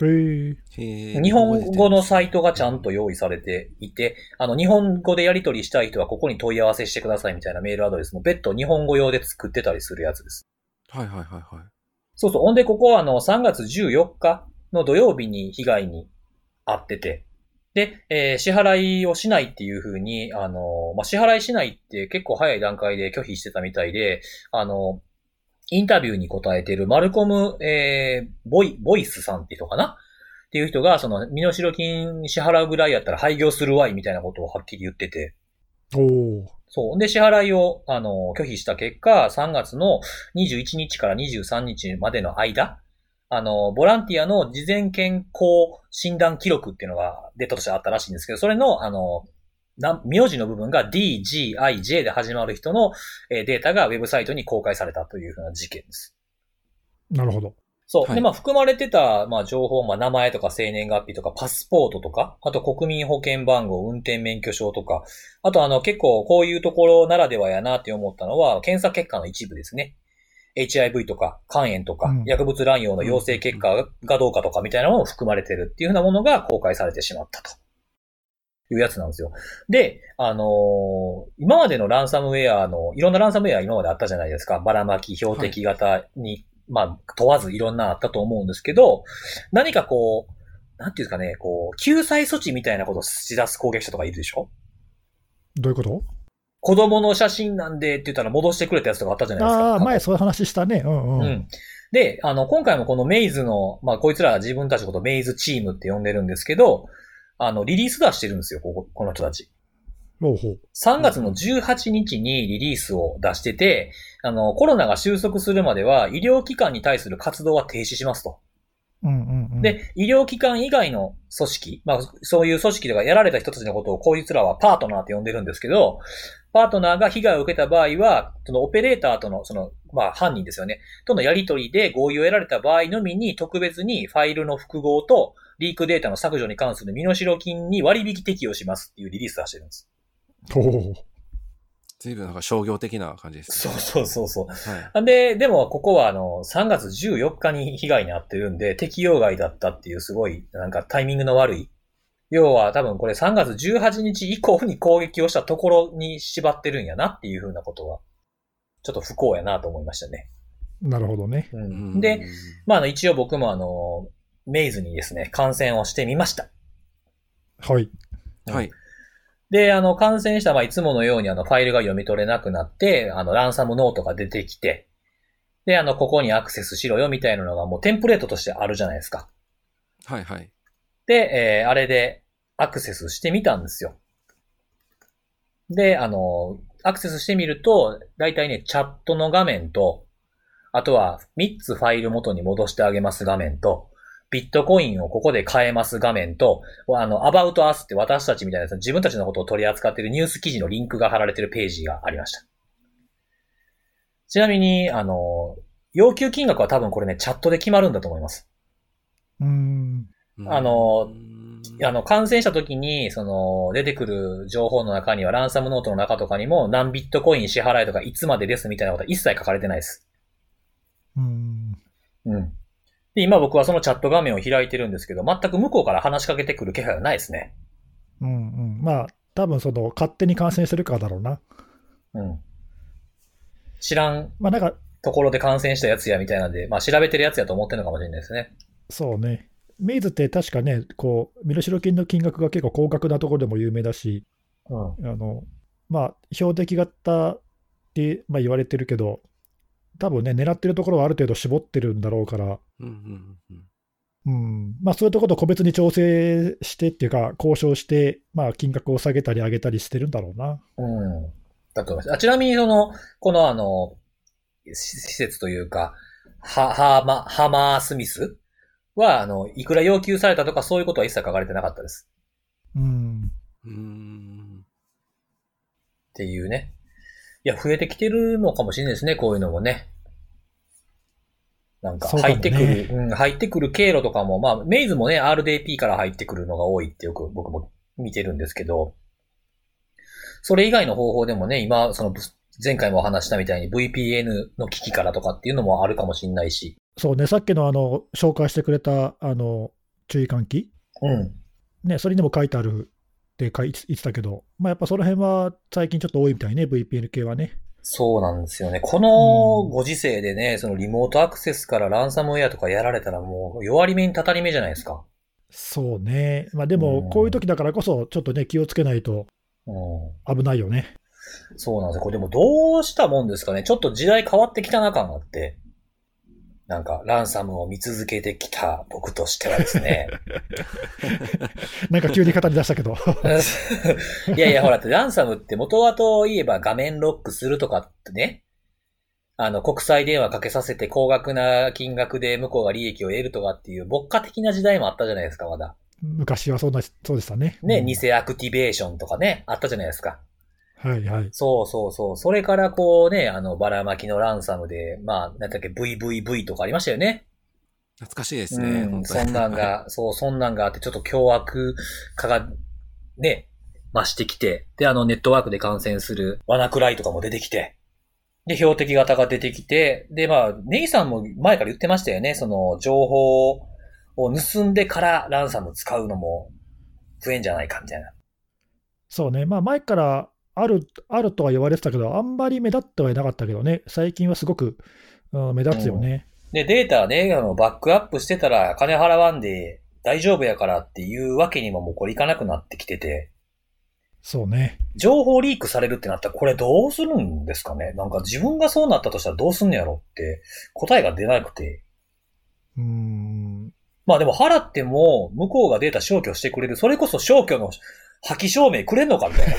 Speaker 2: へー
Speaker 3: へー
Speaker 1: 日本語のサイトがちゃんと用意されていて、あの、日本語でやり取りしたい人はここに問い合わせしてくださいみたいなメールアドレスも別途日本語用で作ってたりするやつです。
Speaker 3: はいはいはいはい。
Speaker 1: そうそう。ほんで、ここはあの、3月14日の土曜日に被害に遭ってて、で、えー支払いをしないっていうふうに、あの、まあ、支払いしないって結構早い段階で拒否してたみたいで、あの、インタビューに答えてるマルコム、えーボイ、ボイスさんって人かなっていう人が、その、身代金支払うぐらいやったら廃業するわいみたいなことをはっきり言ってて、
Speaker 2: おー
Speaker 1: そう。で、支払いを、あの、拒否した結果、3月の21日から23日までの間、あの、ボランティアの事前健康診断記録っていうのがデータとしてあったらしいんですけど、それの、あの、な名字の部分が DGIJ で始まる人のえーデータがウェブサイトに公開されたというふうな事件です。
Speaker 2: なるほど。
Speaker 1: そう。
Speaker 3: は
Speaker 1: で、
Speaker 3: い
Speaker 1: まあ、含まれてた、まあ、情報、まあ、名前とか生年月日とか、パスポートとか、あと国民保険番号、運転免許証とか、あと、あの、結構、こういうところならではやなって思ったのは、検査結果の一部ですね。HIV とか、肝炎とか、
Speaker 2: うん
Speaker 1: 薬物乱用の陽性結果がどうかとかみたいなのも含まれてるっていうふうなものが公開されてしまったと。いうやつなんですよ。で、あのー今までのランサムウェアの、いろんなランサムウェア今まであったじゃないですか。ばらまき、標的型に、まあ、問わずいろんなあったと思うんですけど、何かこう、なんていうんですかね、こう、救済措置みたいなことをし出す攻撃者とかいるでしょ
Speaker 2: どういうこと
Speaker 1: 子供の写真なんでって言ったら戻してくれたやつとかあったじゃないですか。
Speaker 2: ああ、前そういう話したね。うんうん。
Speaker 1: うん。で、あの、今回もこのメイズの、まあ、こいつらは自分たちのことメイズチームって呼んでるんですけど、あの、リリース出してるんですよ、こここの人たち。
Speaker 2: ほうほう
Speaker 1: 3月の18日にリリースを出してて、あの、コロナが収束するまでは医療機関に対する活動は停止しますと。
Speaker 2: うんうんうん、
Speaker 1: で、医療機関以外の組織、まあ、そういう組織とかやられた人たちのことをこいつらはパートナーって呼んでるんですけど、パートナーが被害を受けた場合は、そのオペレーターとの、その、まあ、犯人ですよね、とのやりとりで合意を得られた場合のみに、特別にファイルの複合と、リークデータの削除に関する身代金に割引適用しますっていうリリースを出してるんです。
Speaker 2: ほうほうほう
Speaker 3: 随分なんか商業的な感じです
Speaker 1: そ
Speaker 3: ね。
Speaker 1: うそうそうそう。
Speaker 3: はい。
Speaker 1: で、でも、ここは、あの、3月14日に被害に遭ってるんで、適用外だったっていう、すごい、なんかタイミングの悪い。要は、多分これ3月18日以降に攻撃をしたところに縛ってるんやなっていうふうなことは、ちょっと不幸やなと思いましたね。
Speaker 2: なるほどね。
Speaker 1: う、
Speaker 3: うんん
Speaker 1: で、、まあ、あの、一応僕もあの、メイズにですね、感染をしてみました。
Speaker 2: はい。
Speaker 3: はい。
Speaker 1: で、あの、感染した、まあ、いつものように、あの、ファイルが読み取れなくなって、あの、ランサムノートが出てきて、で、あの、ここにアクセスしろよ、みたいなのが、もうテンプレートとしてあるじゃないですか。
Speaker 3: はいはい。
Speaker 1: で、えーあれでアクセスしてみたんですよ。で、あの、アクセスしてみると、だいたいね、チャットの画面と、あとは3つファイル元に戻してあげます画面と、ビットコインをここで買えます画面と、あの、about us って私たちみたいなやつ自分たちのことを取り扱っているニュース記事のリンクが貼られているページがありました。ちなみに、あの、要求金額は多分これね、チャットで決まるんだと思います。
Speaker 2: うーん。
Speaker 3: うん
Speaker 1: あの、
Speaker 3: うん
Speaker 1: あの、感染した時に、その、出てくる情報の中には、ランサムノートの中とかにも、何ビットコイン支払いとか、いつまでですみたいなことは一切書かれてないです。
Speaker 2: うーん。
Speaker 1: うん。で、今僕はそのチャット画面を開いてるんですけど、全く向こうから話しかけてくる気配はないですね。
Speaker 2: うんうん。まあ、多分その、勝手に感染してるからだろうな。
Speaker 1: うん。知らん
Speaker 2: まあなんか、
Speaker 1: ところで感染したやつや、みたいなんで、まあ調べてるやつやと思ってるのかもしれないですね。
Speaker 2: そうね。メイズって確かね、こう、身代金の金額が結構高額なところでも有名だし、
Speaker 1: うん。
Speaker 2: あの、まあ、標的型って、まあ、言われてるけど、多分ね、狙ってるところはある程度絞ってるんだろうから、
Speaker 3: うんうんうん
Speaker 2: うん、まあ、そういうところと個別に調整してっていうか、交渉して、まあ、金額を下げたり上げたりしてるんだろうな。
Speaker 1: うん。だと思います。あちなみに、その、このあの、し施設というか、は、ハーマ、ハマースミスは、あの、いくら要求されたとかそういうことは一切書かれてなかったです。
Speaker 2: うん、
Speaker 3: うん。うーん。
Speaker 1: っていうね。いや、増えてきてるのかもしれないですね、こういうのもね。なんか、
Speaker 2: そうかも
Speaker 1: 入
Speaker 2: ね
Speaker 1: ってくる、うん、入ってくる経路とかも、まあ、メイズもね、RDP から入ってくるのが多いってよく僕も見てるんですけど、それ以外の方法でもね、今、その、前回もお話したみたいに VPN の機器からとかっていうのもあるかもしれないし、
Speaker 2: そうね、さっきのあの紹介してくれたあの注意喚起、
Speaker 1: うん。
Speaker 2: ね、それにも書いてあるって書い言ってたけど、まあ、やっぱその辺は最近ちょっと多いみたいね、VPN 系はね。
Speaker 1: そうなんですよね。この
Speaker 2: うん
Speaker 1: ご時世でね、そのリモートアクセスからランサムウェアとかやられたらもう弱り目にたたり目じゃないですか。
Speaker 2: そうね、まあ、で
Speaker 1: うん
Speaker 2: もこういう時だからこそ、ちょっとね、気をつけないと
Speaker 1: うん。
Speaker 2: 危ないよね。
Speaker 1: そうなんですよ。これでもどうしたもんですかね。ちょっと時代変わってきたな感があって。なんか、ランサムを見続けてきた僕としてはです ね。
Speaker 2: なんか急に語り出したけど、
Speaker 1: いやいや、ほら、ランサムって元はと言えば画面ロックするとかってね。あの、国際電話かけさせて高額な金額で向こうが利益を得るとかっていう、牧歌的な時代もあったじゃないですか、まだ。
Speaker 2: 昔はそんなそうでしたね。
Speaker 1: ね、
Speaker 2: うん
Speaker 1: 偽アクティベーションとかね、あったじゃないですか。
Speaker 2: はいはい。
Speaker 1: そうそうそう。それからこうね、あの、ばらまきのランサムで、まあ、なんだっけ、VVV とかありましたよね。
Speaker 3: 懐かしいですね。
Speaker 1: う
Speaker 3: 本
Speaker 1: ん、
Speaker 3: 当
Speaker 1: そ
Speaker 3: に
Speaker 1: んなん。が、そう、そんなんがあって、ちょっと凶悪化が、ね、増してきて、で、あの、ネットワークで感染するワナクライとかも出てきて、で、標的型が出てきて、で、まあ、ネイさんも前から言ってましたよね、その、情報を盗んでからランサム使うのも増えんじゃないか、みたいな。
Speaker 2: そうね、まあ、前からあるあるとは言われてたけど、あんまり目立ってはいなかったけどね、最近はすごく、うん目立つよね。
Speaker 1: で、データね、あの、バックアップしてたら金払わんで大丈夫やからっていうわけにももうこれいかなくなってきてて、
Speaker 2: そうね。
Speaker 1: 情報リークされるってなったらこれどうするんですかねなんか自分がそうなったとしたらどうすんのやろって答えが出なくて。
Speaker 2: うーん
Speaker 1: まあでも払っても向こうがデータ消去してくれる、それこそ消去の破棄証明くれんのかみたいな。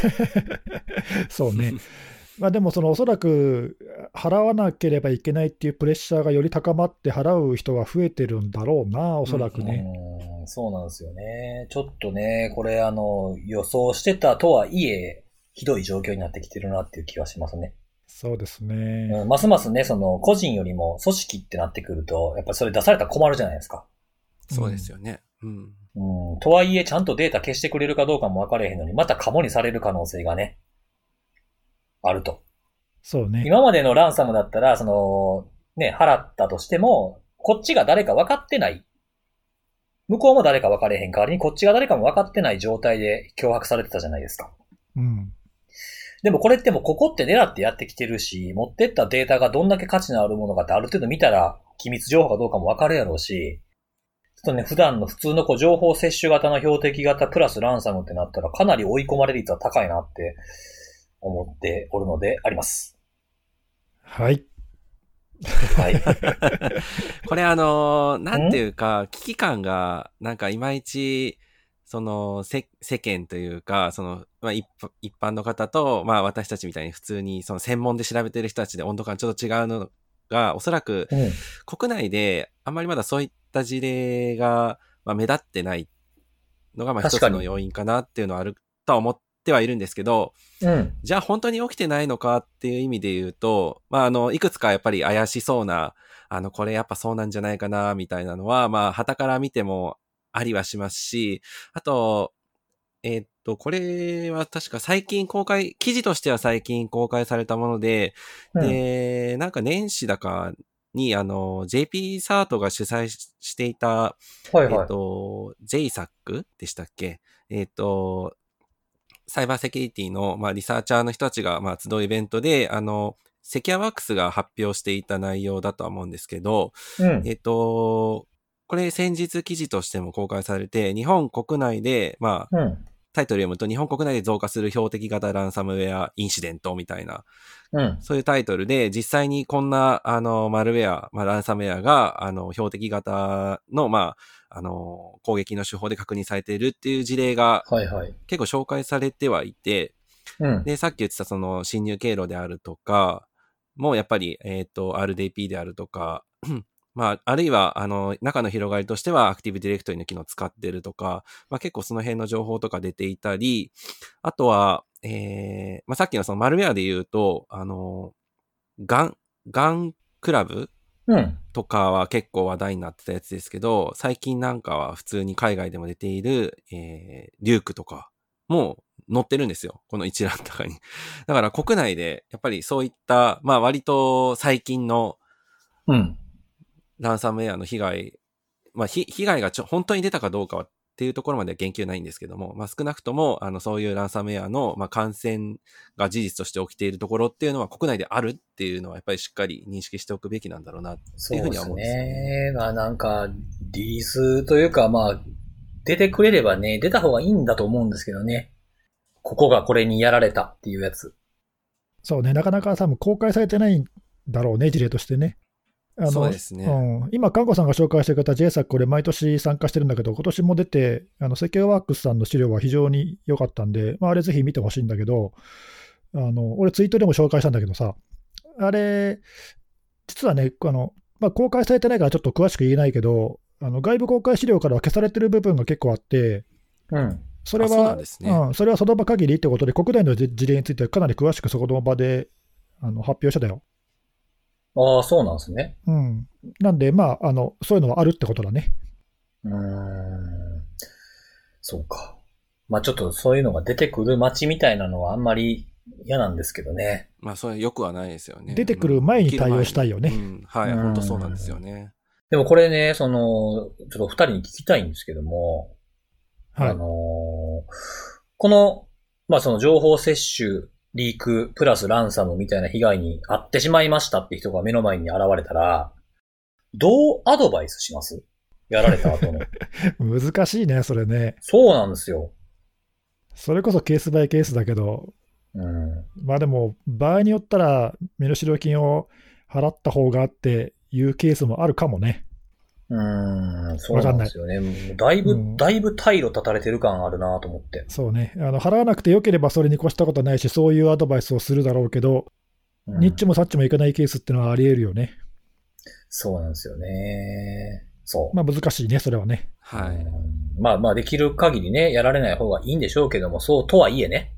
Speaker 2: そうね。 まあでも、そのおそらく払わなければいけないっていうプレッシャーがより高まって、払う人は増えてるんだろうな、おそらくね。
Speaker 1: うーんそうなんですよね。ちょっとね、これあの、予想してたとはいえ、ひどい状況になってきてるなっていう気はしますね。
Speaker 2: そうですね。
Speaker 1: うん、ますますね、その、個人よりも組織ってなってくると、やっぱりそれ出されたら困るじゃないですか。
Speaker 3: そうですよね。うん。
Speaker 1: うん、とはいえ、ちゃんとデータ消してくれるかどうかも分かれへんのに、またカモにされる可能性がね、あると。
Speaker 2: そうね。
Speaker 1: 今までのランサムだったら、その、ね、払ったとしても、こっちが誰か分かってない。向こうも誰か分かれへん代わりに、こっちが誰かも分かってない状態で脅迫されてたじゃないですか。
Speaker 2: うん。
Speaker 1: でもこれってもうここって狙ってやってきてるし、持ってったデータがどんだけ価値のあるものかってある程度見たら、機密情報かどうかもわかるやろうし、ちょっとね、普段の普通のこう情報摂取型の標的型プラスランサムってなったらかなり追い込まれる率は高いなって思っておるのであります。
Speaker 2: はい。
Speaker 1: はい。
Speaker 3: これあのーなんていうか、危機感が、なんかいまいち、その、せ、世間というか、その、まあ、一般一般の方と、まあ、私たちみたいに普通に、その、専門で調べてる人たちで温度感ちょっと違うのが、おそらく、
Speaker 1: うん。
Speaker 3: 国内で、あんまりまだそういった事例が、まあ、目立ってないのが、まあ、一
Speaker 1: 確
Speaker 3: つ
Speaker 1: かに
Speaker 3: の要因かなっていうのはあるとは思ってはいるんですけど、
Speaker 1: うん。
Speaker 3: じゃあ本当に起きてないのかっていう意味で言うと、まあ、あの、いくつかやっぱり怪しそうな、あの、これやっぱそうなんじゃないかな、みたいなのは、まあ、旗から見てもありはしますし、あと、えーっと、これは確か最近公開、記事としては最近公開されたもので、
Speaker 1: うん。
Speaker 3: で、なんか年始だかに、あの、JP サートが主催ししていた、
Speaker 1: はい
Speaker 3: え
Speaker 1: は
Speaker 3: っ
Speaker 1: い。
Speaker 3: と、JSAC でしたっけえっと、サイバーセキュリティの、まあ、リサーチャーの人たちが、まあ、集うイベントで、あの、セキュアワークスが発表していた内容だとは思うんですけど、
Speaker 1: うん。
Speaker 3: えっと、これ先日記事としても公開されて、日本国内で、まあ、
Speaker 1: うん。
Speaker 3: タイトル読むと、日本国内で増加する標的型ランサムウェアインシデントみたいな、
Speaker 1: うん。
Speaker 3: そういうタイトルで、実際にこんな、あの、マルウェア、まあ、ランサムウェアが、あの、標的型の、まあ、あの、攻撃の手法で確認されているっていう事例が
Speaker 1: はいはい。
Speaker 3: 結構紹介されてはいて、
Speaker 1: うん。
Speaker 3: で、さっき言ってたその侵入経路であるとか、もうやっぱり、えっ、と、RDP であるとか、 まあ、あるいは、あの、中の広がりとしては、アクティブディレクトリの機能を使ってるとか、まあ結構その辺の情報とか出ていたり、あとは、えー、まあさっきのそのマルウェアで言うと、あの、ガン、ガンクラブ
Speaker 1: うん。
Speaker 3: とかは結構話題になってたやつですけど、最近なんかは普通に海外でも出ている、えー、リュークとかも載ってるんですよ。この一覧の中に。 だから国内で、やっぱりそういった、まあ割と最近の
Speaker 1: うん。
Speaker 3: ランサムウェアの被害、まあひ被害がちょ本当に出たかどうかはっていうところまでは言及ないんですけども、まあ少なくとも、あのそういうランサムウェアの、まあ感染が事実として起きているところっていうのは国内であるっていうのはやっぱりしっかり認識しておくべきなんだろうな
Speaker 1: そう
Speaker 3: っていうふ
Speaker 1: で
Speaker 3: うには
Speaker 1: す
Speaker 3: 思うんですよ
Speaker 1: ね。まあなんか、リリースというかまあ、出てくれればね、出た方がいいんだと思うんですけどね。ここがこれにやられたっていうやつ。
Speaker 2: そうね、なかなか多分公開されてないんだろうね、事例としてね。あの
Speaker 3: そうですね
Speaker 2: うん、今、韓国さんが紹介してくれた JSAC、これ、毎年参加してるんだけど、今年も出て、あのセキュアワークスさんの資料は非常に良かったんで、まあ、あれぜひ見てほしいんだけど、あの俺、ツイートでも紹介したんだけどさ、あれ、実はね、あのまあ、公開されてないからちょっと詳しく言えないけど、あの外部公開資料からは消されてる部分が結構あって、
Speaker 1: うん。
Speaker 2: それ
Speaker 3: あそう
Speaker 2: は
Speaker 3: なんですね
Speaker 2: うんそれはその場限りってことで、国内の事事例についてはかなり詳しくそこの場であの発表してたよ。
Speaker 1: ああ、そうなんですね。
Speaker 2: うん、なんで、まああの、そういうのはあるってことだね。
Speaker 1: うーん。そうか。まあちょっとそういうのが出てくる街みたいなのはあんまり嫌なんですけどね。
Speaker 3: まあ、それよくはないですよね。
Speaker 2: 出てくる前に対応したいよね
Speaker 3: うんうんはい、
Speaker 1: うん
Speaker 3: 本当そうなんですよね。
Speaker 1: でもこれね、その、ちょっと二人に聞きたいんですけども、
Speaker 2: はい
Speaker 1: あのーこの、まあ、その情報摂取、リーク、プラスランサムみたいな被害に遭ってしまいましたって人が目の前に現れたら、どうアドバイスしますやられた 後の。
Speaker 2: 難しいね、それね。
Speaker 1: そうなんですよ。
Speaker 2: それこそケースバイケースだけど、
Speaker 1: うん。
Speaker 2: まあでも、場合によったら、身代金を払った方がっていうケースもあるかもね。
Speaker 1: うーん、そうなんですよね。もうだいうぶ
Speaker 2: ん、
Speaker 1: だいぶ退路立たれてる感あるなと思って。
Speaker 2: そうね。あの払わなくてよければそれに越したことはないし、そういうアドバイスをするだろうけど、
Speaker 1: うん
Speaker 2: ニッチもサッチもいかないケースってのはあり得るよね。
Speaker 1: そうなんですよね。そう。
Speaker 2: まあ難しいね、それはね。
Speaker 3: は
Speaker 1: う
Speaker 3: い。
Speaker 1: んまあまあ、できる限りね、やられない方がいいんでしょうけども、そうとはいえね、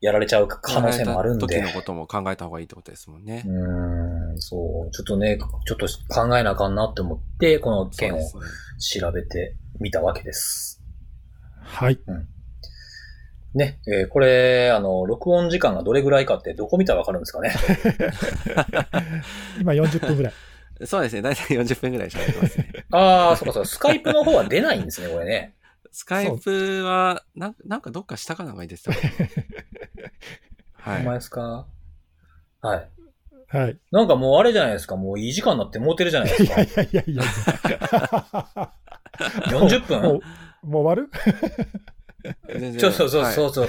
Speaker 1: やられちゃう可能性もあるん
Speaker 3: 時の
Speaker 1: で。
Speaker 3: ことも考えた方がいいってことですもんね。
Speaker 1: うーん、そう。ちょっとね、ちょっと考えなあかんなって思って、この
Speaker 3: そう
Speaker 1: 件を
Speaker 3: ですね。
Speaker 1: 調べてみたわけです。
Speaker 2: はい。
Speaker 1: ね、えーこれ、あの、録音時間がどれぐらいかってどこ見たらわかるんです かね。
Speaker 2: 今40分ぐらい。
Speaker 3: そうですね。だいたい40分ぐらい喋ってます ね。
Speaker 1: ああ、そうかそうか、スカイプの方は出ないんですね、これね。
Speaker 3: スカイプは、なんなんかどっか下かなんかに出てたか な
Speaker 1: ほん
Speaker 3: は
Speaker 1: ま
Speaker 3: い。
Speaker 1: ですかはい。
Speaker 2: はい。
Speaker 1: なんかもうあれじゃないですか、もういい時間になってモテるじゃないです
Speaker 2: い
Speaker 1: か
Speaker 2: や。いやいやいや。
Speaker 1: 40分
Speaker 2: もうもう終わる
Speaker 3: 全然
Speaker 1: ちょ、そうそう
Speaker 3: はい
Speaker 1: そう そう。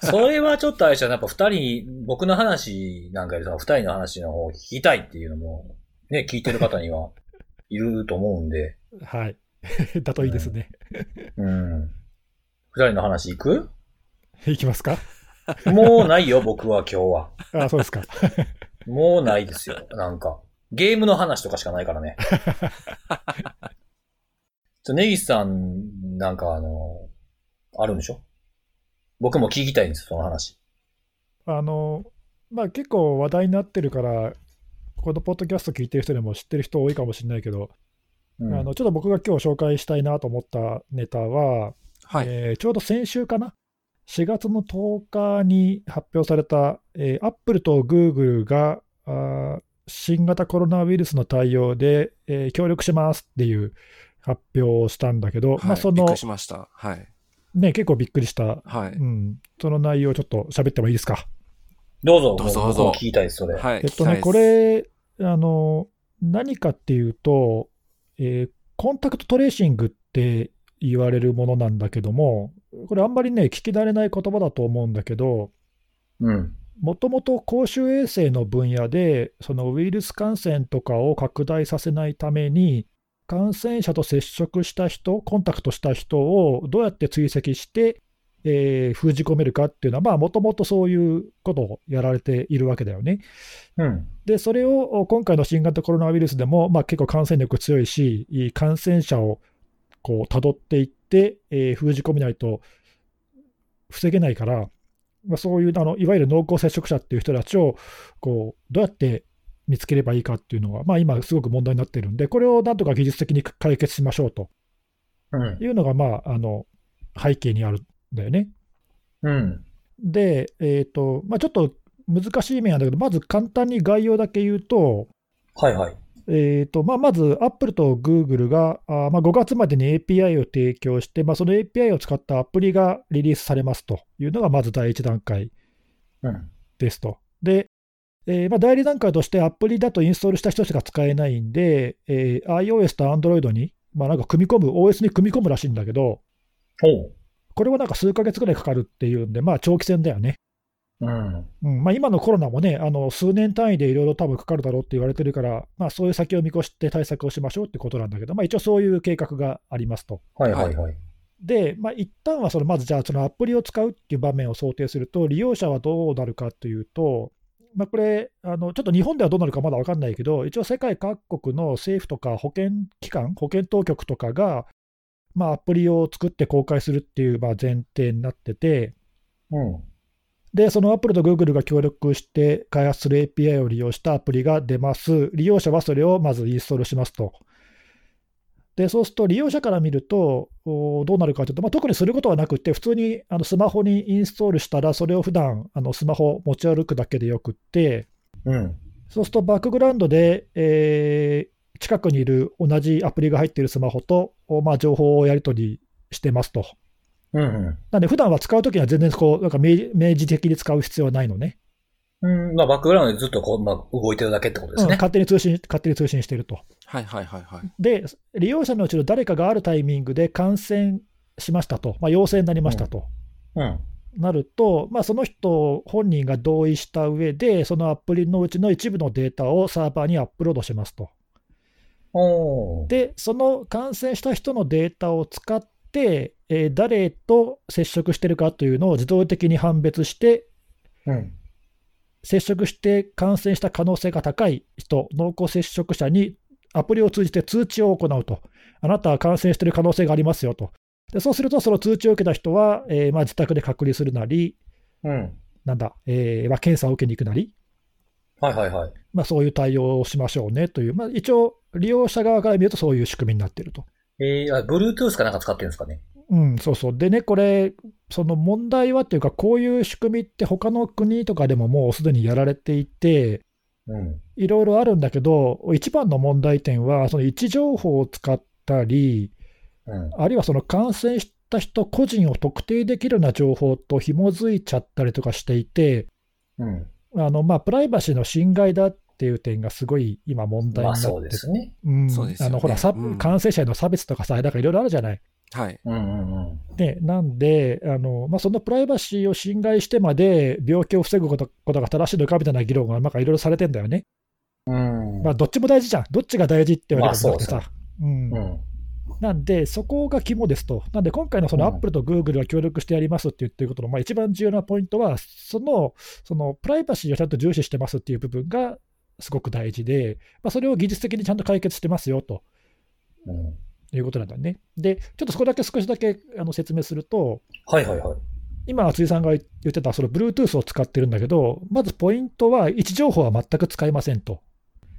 Speaker 1: それはちょっとあれじゃんやっぱ二人に、僕の話なんかよりさ、二人の話の方を聞きたいっていうのも、ね、聞いてる方には、いると思うんで。
Speaker 2: はい。 だといいですね。
Speaker 1: うん。二人の話行く
Speaker 2: いきますか
Speaker 1: もうないよ、僕は今日は。
Speaker 2: あそうですか。
Speaker 1: もうないですよ、なんか。ゲームの話とかしかないから ね。ちょネギスさん、なんかあの、あるんでしょ僕も聞きたいんですよ、その話。
Speaker 2: あの、まあ結構話題になってるから、このポッドキャスト聞いてる人でも知ってる人多いかもしれないけど、
Speaker 1: うん
Speaker 2: あのちょっと僕が今日紹介したいなと思ったネタは、
Speaker 3: はい。
Speaker 2: えーちょうど先週かな、4月の10日に発表された、えー、アップルとグーグルがあー新型コロナウイルスの対応で、えー協力しますっていう発表をしたんだけど、ま
Speaker 3: は
Speaker 2: あ、
Speaker 3: い
Speaker 2: そ
Speaker 3: びっく
Speaker 2: の
Speaker 3: りし、ました。はい。
Speaker 2: ね、結構びっくりした、
Speaker 3: は
Speaker 2: う
Speaker 3: い。
Speaker 2: ん、その内容をちょっと喋ってもいいですか。
Speaker 1: どうぞ、
Speaker 3: どうぞ
Speaker 1: 僕
Speaker 3: どうぞ
Speaker 1: も聞きたいです、それ。
Speaker 3: はい。
Speaker 2: えっとね、
Speaker 3: 聞き
Speaker 2: こ
Speaker 3: たいです、
Speaker 2: れ、あの、何かっていうと、えーコンタクトトレーシングって言われるものなんだけども、これあんまりね、聞き慣れない言葉だと思うんだけど、
Speaker 1: うん。
Speaker 2: もともと公衆衛生の分野で、そのウイルス感染とかを拡大させないために、感染者と接触した人、コンタクトした人をどうやって追跡して、えー封じ込めるかっていうのは、まあ、もともとそういうことをやられているわけだよね。
Speaker 1: うん。
Speaker 2: で、それを今回の新型コロナウイルスでも、まあ、結構感染力強いし、いい感染者をこう辿っていって、えー封じ込めないと防げないから、まあ、そういうあのいわゆる濃厚接触者っていう人たちをこうどうやって見つければいいかっていうのが、まあ、今、すごく問題になっているんで、これをなんとか技術的に解決しましょうと
Speaker 1: うん。
Speaker 2: いうのが、まあ、あの背景にあるんだよね。
Speaker 1: うん。
Speaker 2: で、えーとまあ、ちょっと難しい面なんだけど、まず簡単に概要だけ言うと、
Speaker 1: はいはい。
Speaker 2: えーとまあ、まず、アップルとグーグルがあー、まあ、5月までに API を提供して、まあ、その API を使ったアプリがリリースされますというのがまず第一段階
Speaker 1: うん。
Speaker 2: ですと。で、えーまあ、第二段階としてアプリだとインストールした人しか使えないんで、えー iOS と Android に、まあ、なんか組み込む、OS に組み込むらしいんだけど、
Speaker 1: ほ
Speaker 2: これはなんか数ヶ月ぐらいかかるっていうんで、まあ、長期戦だよね。
Speaker 1: う。うん。
Speaker 2: うんまあ、今のコロナもね、あの数年単位でいろいろ多分かかるだろうって言われてるから、まあ、そういう先を見越して対策をしましょうってことなんだけど、まあ、一応そういう計画がありますと。
Speaker 1: はいはいはい。
Speaker 2: で、まあ一旦はそのまずじゃあ、そのアプリを使うっていう場面を想定すると、利用者はどうなるかというと、まあ、これあの、ちょっと日本ではどうなるかまだ分かんないけど、一応世界各国の政府とか保健機関、保健当局とかが、まあ、アプリを作って公開するっていうまあ前提になってて、
Speaker 1: うん。
Speaker 2: で、その Apple と Google が協力して開発する API を利用したアプリが出ます。利用者はそれをまずインストールしますと。で、そうすると利用者から見ると、おどうなるかというと、まあ、特にすることはなくて、普通にあのスマホにインストールしたら、それを普段あのスマホ持ち歩くだけでよくって、
Speaker 1: うん。
Speaker 2: そうするとバックグラウンドで、えー近くにいる同じアプリが入っているスマホと、おまあ、情報をやり取りしてますと。
Speaker 1: うん。
Speaker 2: なんで、普段は使うときには全然こうなんか明明示的に使う必要はないのね。
Speaker 1: うん。まあ、バックグラウンドでずっとこう、まあ、動いてるだけってことです
Speaker 2: うん
Speaker 1: ね。
Speaker 2: 勝手に通信勝手に通信してると。
Speaker 3: はいはいはいはい。
Speaker 2: で、利用者のうちの誰かがあるタイミングで感染しましたと、まあ、陽性になりましたと、
Speaker 1: うん。
Speaker 2: なると、まあ、その人本人が同意した上で、そのアプリのうちの一部のデータをサーバーにアップロードしますと。
Speaker 1: おー。
Speaker 2: で、その感染した人のデータを使って、えー誰と接触してるかというのを自動的に判別して、
Speaker 1: うん。
Speaker 2: 接触して感染した可能性が高い人、濃厚接触者にアプリを通じて通知を行うと、あなたは感染している可能性がありますよと、でそうすると、その通知を受けた人は、えーまあ、自宅で隔離するなり、
Speaker 1: うん。
Speaker 2: なんだ、えーまあ、検査を受けに行くなり、
Speaker 1: はいはいはい。
Speaker 2: まあ、そういう対応をしましょうねという、まあ、一応、利用者側から見るとそういう仕組みになっていると。
Speaker 1: えー、あ、Bluetooth かなんか使ってるんですかね。
Speaker 2: うん、そうそう。でね、これ、その問題はっていうか、こういう仕組みって他の国とかでももうすでにやられていて、
Speaker 1: うん。
Speaker 2: いろいろあるんだけど、一番の問題点は、その位置情報を使ったり、
Speaker 1: うん。
Speaker 2: あるいはその感染した人個人を特定できるような情報と紐づいちゃったりとかしていて、
Speaker 1: うん。
Speaker 2: あのまあプライバシーの侵害だっていう点がすごい今、問題
Speaker 1: ま
Speaker 2: にな
Speaker 1: あ
Speaker 2: って
Speaker 1: そうですね。
Speaker 2: うん
Speaker 3: そうですよ
Speaker 2: あ
Speaker 3: ね
Speaker 2: のほら、さ
Speaker 3: うん
Speaker 2: 感染者への差別とかさ、なんかいろいろあるじゃない。
Speaker 3: はい。
Speaker 1: うんうんうん。
Speaker 2: ね、なんで、あのまあ、そのプライバシーを侵害してまで病気を防ぐことことが正しいのかみたいな議論がなんかいろいろされてんだよね。
Speaker 1: うん。
Speaker 2: まあ、どっちも大事じゃん、どっちが大事って言われるんだけど
Speaker 1: まあ
Speaker 2: さ。うん
Speaker 1: うん。
Speaker 2: なんで、そこが肝ですと。なんで、今回のその
Speaker 1: う
Speaker 2: ア
Speaker 1: ん
Speaker 2: ップルとグーグルが協力してやりますって言ってることの、まあ、一番重要なポイントは、そのそのプライバシーをちゃんと重視してますっていう部分がすごく大事で、まあ、それを技術的にちゃんと解決してますよと
Speaker 1: うん。
Speaker 2: いうことなんだよね。で、ちょっとそこだけ少しだけあの説明すると、
Speaker 1: はいはいはい。
Speaker 2: 今、辻さんが言ってた、その Bluetooth を使ってるんだけど、まずポイントは、位置情報は全く使いませんと。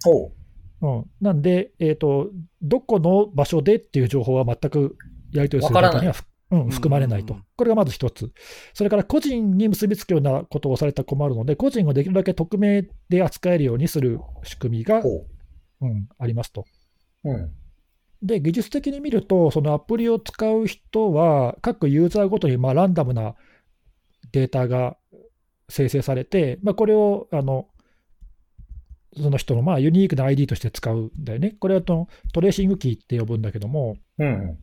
Speaker 1: おう。
Speaker 2: うん、なんで、えーと、どこの場所でっていう情報は全くやり取りする方にはふ、うん、含まれないと
Speaker 3: うん、
Speaker 2: これがまず一つ、それから個人に結びつくようなことをされたら困るので、個人をできるだけ匿名で扱えるようにする仕組みが、
Speaker 1: ほ
Speaker 2: うん、ありますと。
Speaker 1: う。うん。
Speaker 2: で、技術的に見ると、そのアプリを使う人は、各ユーザーごとにまあランダムなデータが生成されて、まあ、これをあのその人のまあユニークな ID として使うんだよね。これはとトレーシングキーって呼ぶんだけども、
Speaker 1: うん。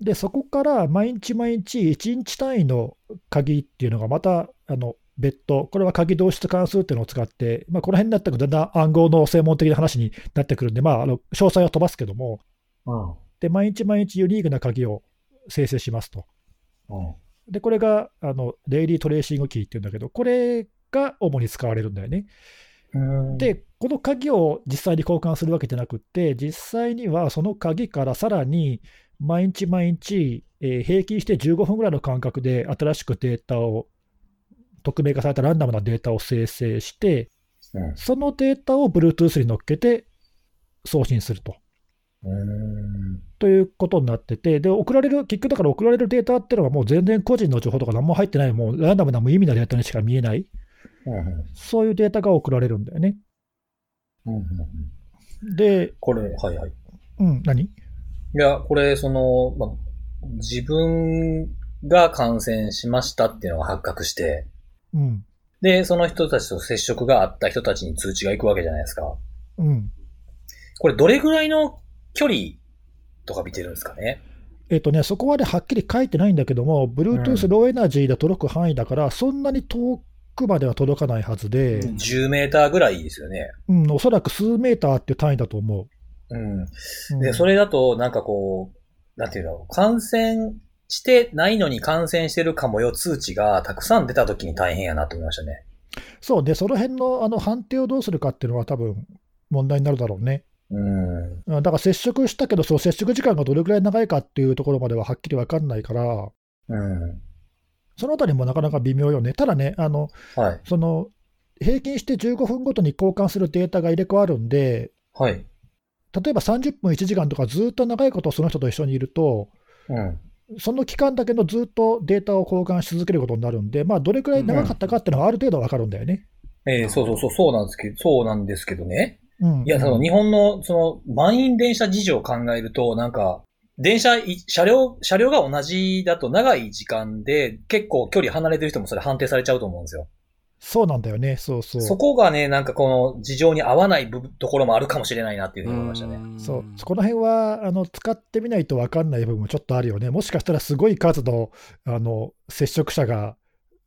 Speaker 2: でそこから毎日毎日、1日単位の鍵っていうのがまたあの別途、これは鍵同質関数っていうのを使って、まあ、この辺になってくるとだんだん暗号の専門的な話になってくるんで、まあ、あの詳細は飛ばすけども、
Speaker 1: うん。
Speaker 2: で毎日毎日ユニークな鍵を生成しますと。
Speaker 1: うん。
Speaker 2: で、これがあのデイリートレーシングキーっていうんだけど、これが主に使われるんだよね。で、この鍵を実際に交換するわけじゃなくって、実際にはその鍵からさらに毎日毎日、えー平均して15分ぐらいの間隔で新しくデータを、匿名化されたランダムなデータを生成して、
Speaker 1: うん、
Speaker 2: そのデータを Bluetooth に乗っけて送信すると。
Speaker 1: うん。
Speaker 2: ということになってて、で、送られる、結局だから送られるデータっていうのはもう全然個人の情報とか何も入ってない、もうランダムな無意味なデータにしか見えない、
Speaker 1: うん。
Speaker 2: そういうデータが送られるんだよね。
Speaker 1: うん。
Speaker 2: で、
Speaker 1: これ、はいはい。
Speaker 2: うん、何
Speaker 1: いや、これ、その、まあ、自分が感染しましたっていうのが発覚して、
Speaker 2: うん、
Speaker 1: で、その人たちと接触があった人たちに通知が行くわけじゃないですか。
Speaker 2: うん。
Speaker 1: これ、どれぐらいの距離とか見てるんですかね
Speaker 2: えっとね、そこまではっきり書いてないんだけども、Bluetooth ローエナジーで届く範囲だから、そんなに遠くまでは届かないはずで、
Speaker 1: ?10 メーターぐらいですよね。
Speaker 2: うん、おそらく数メーターっていう単位だと思
Speaker 1: うん。
Speaker 2: う。うん
Speaker 1: で、それだと、なんかこう、なんていうんだろう、感染してないのに感染してるかもよ通知がたくさん出た時に大変やなと思いましたね。
Speaker 2: そうね、その辺のあの判定をどうするかっていうのは、多分問題になるだろうね。
Speaker 1: うん。
Speaker 2: うんだから接触したけど、その接触時間がどれくらい長いかっていうところまでははっきり分かんないから、
Speaker 1: うん。
Speaker 2: そのあたりもなかなか微妙よね。ただね、あの
Speaker 1: はい。
Speaker 2: その平均して15分ごとに交換するデータが入れ替わるんで、
Speaker 1: はい。
Speaker 2: 例えば30分1時間とかずっと長いことその人と一緒にいると、
Speaker 1: うん。
Speaker 2: その期間だけのずっとデータを交換し続けることになるんで、まあ、どれくらい長かったかっていうのはある程度わかるんだよね。
Speaker 1: えーそうそうそう、そうなんですけど、そうなんですけどね。
Speaker 2: うん、
Speaker 1: いや、その日本の、その、満員電車事情を考えると、なんか、電車い、車両、車両が同じだと長い時間で、結構距離離れてる人もそれ判定されちゃうと思うんですよ。
Speaker 2: そうなんだよね、そうそう。
Speaker 1: そ
Speaker 2: そ
Speaker 1: こがね、なんかこの事情に合わない部分ところもあるかもしれないなっていうふうに思いましたね。
Speaker 3: ん
Speaker 2: うそこら辺はあの使ってみないとわかんない部分もちょっとあるよね。もしかしたらすごい数のあの接触者が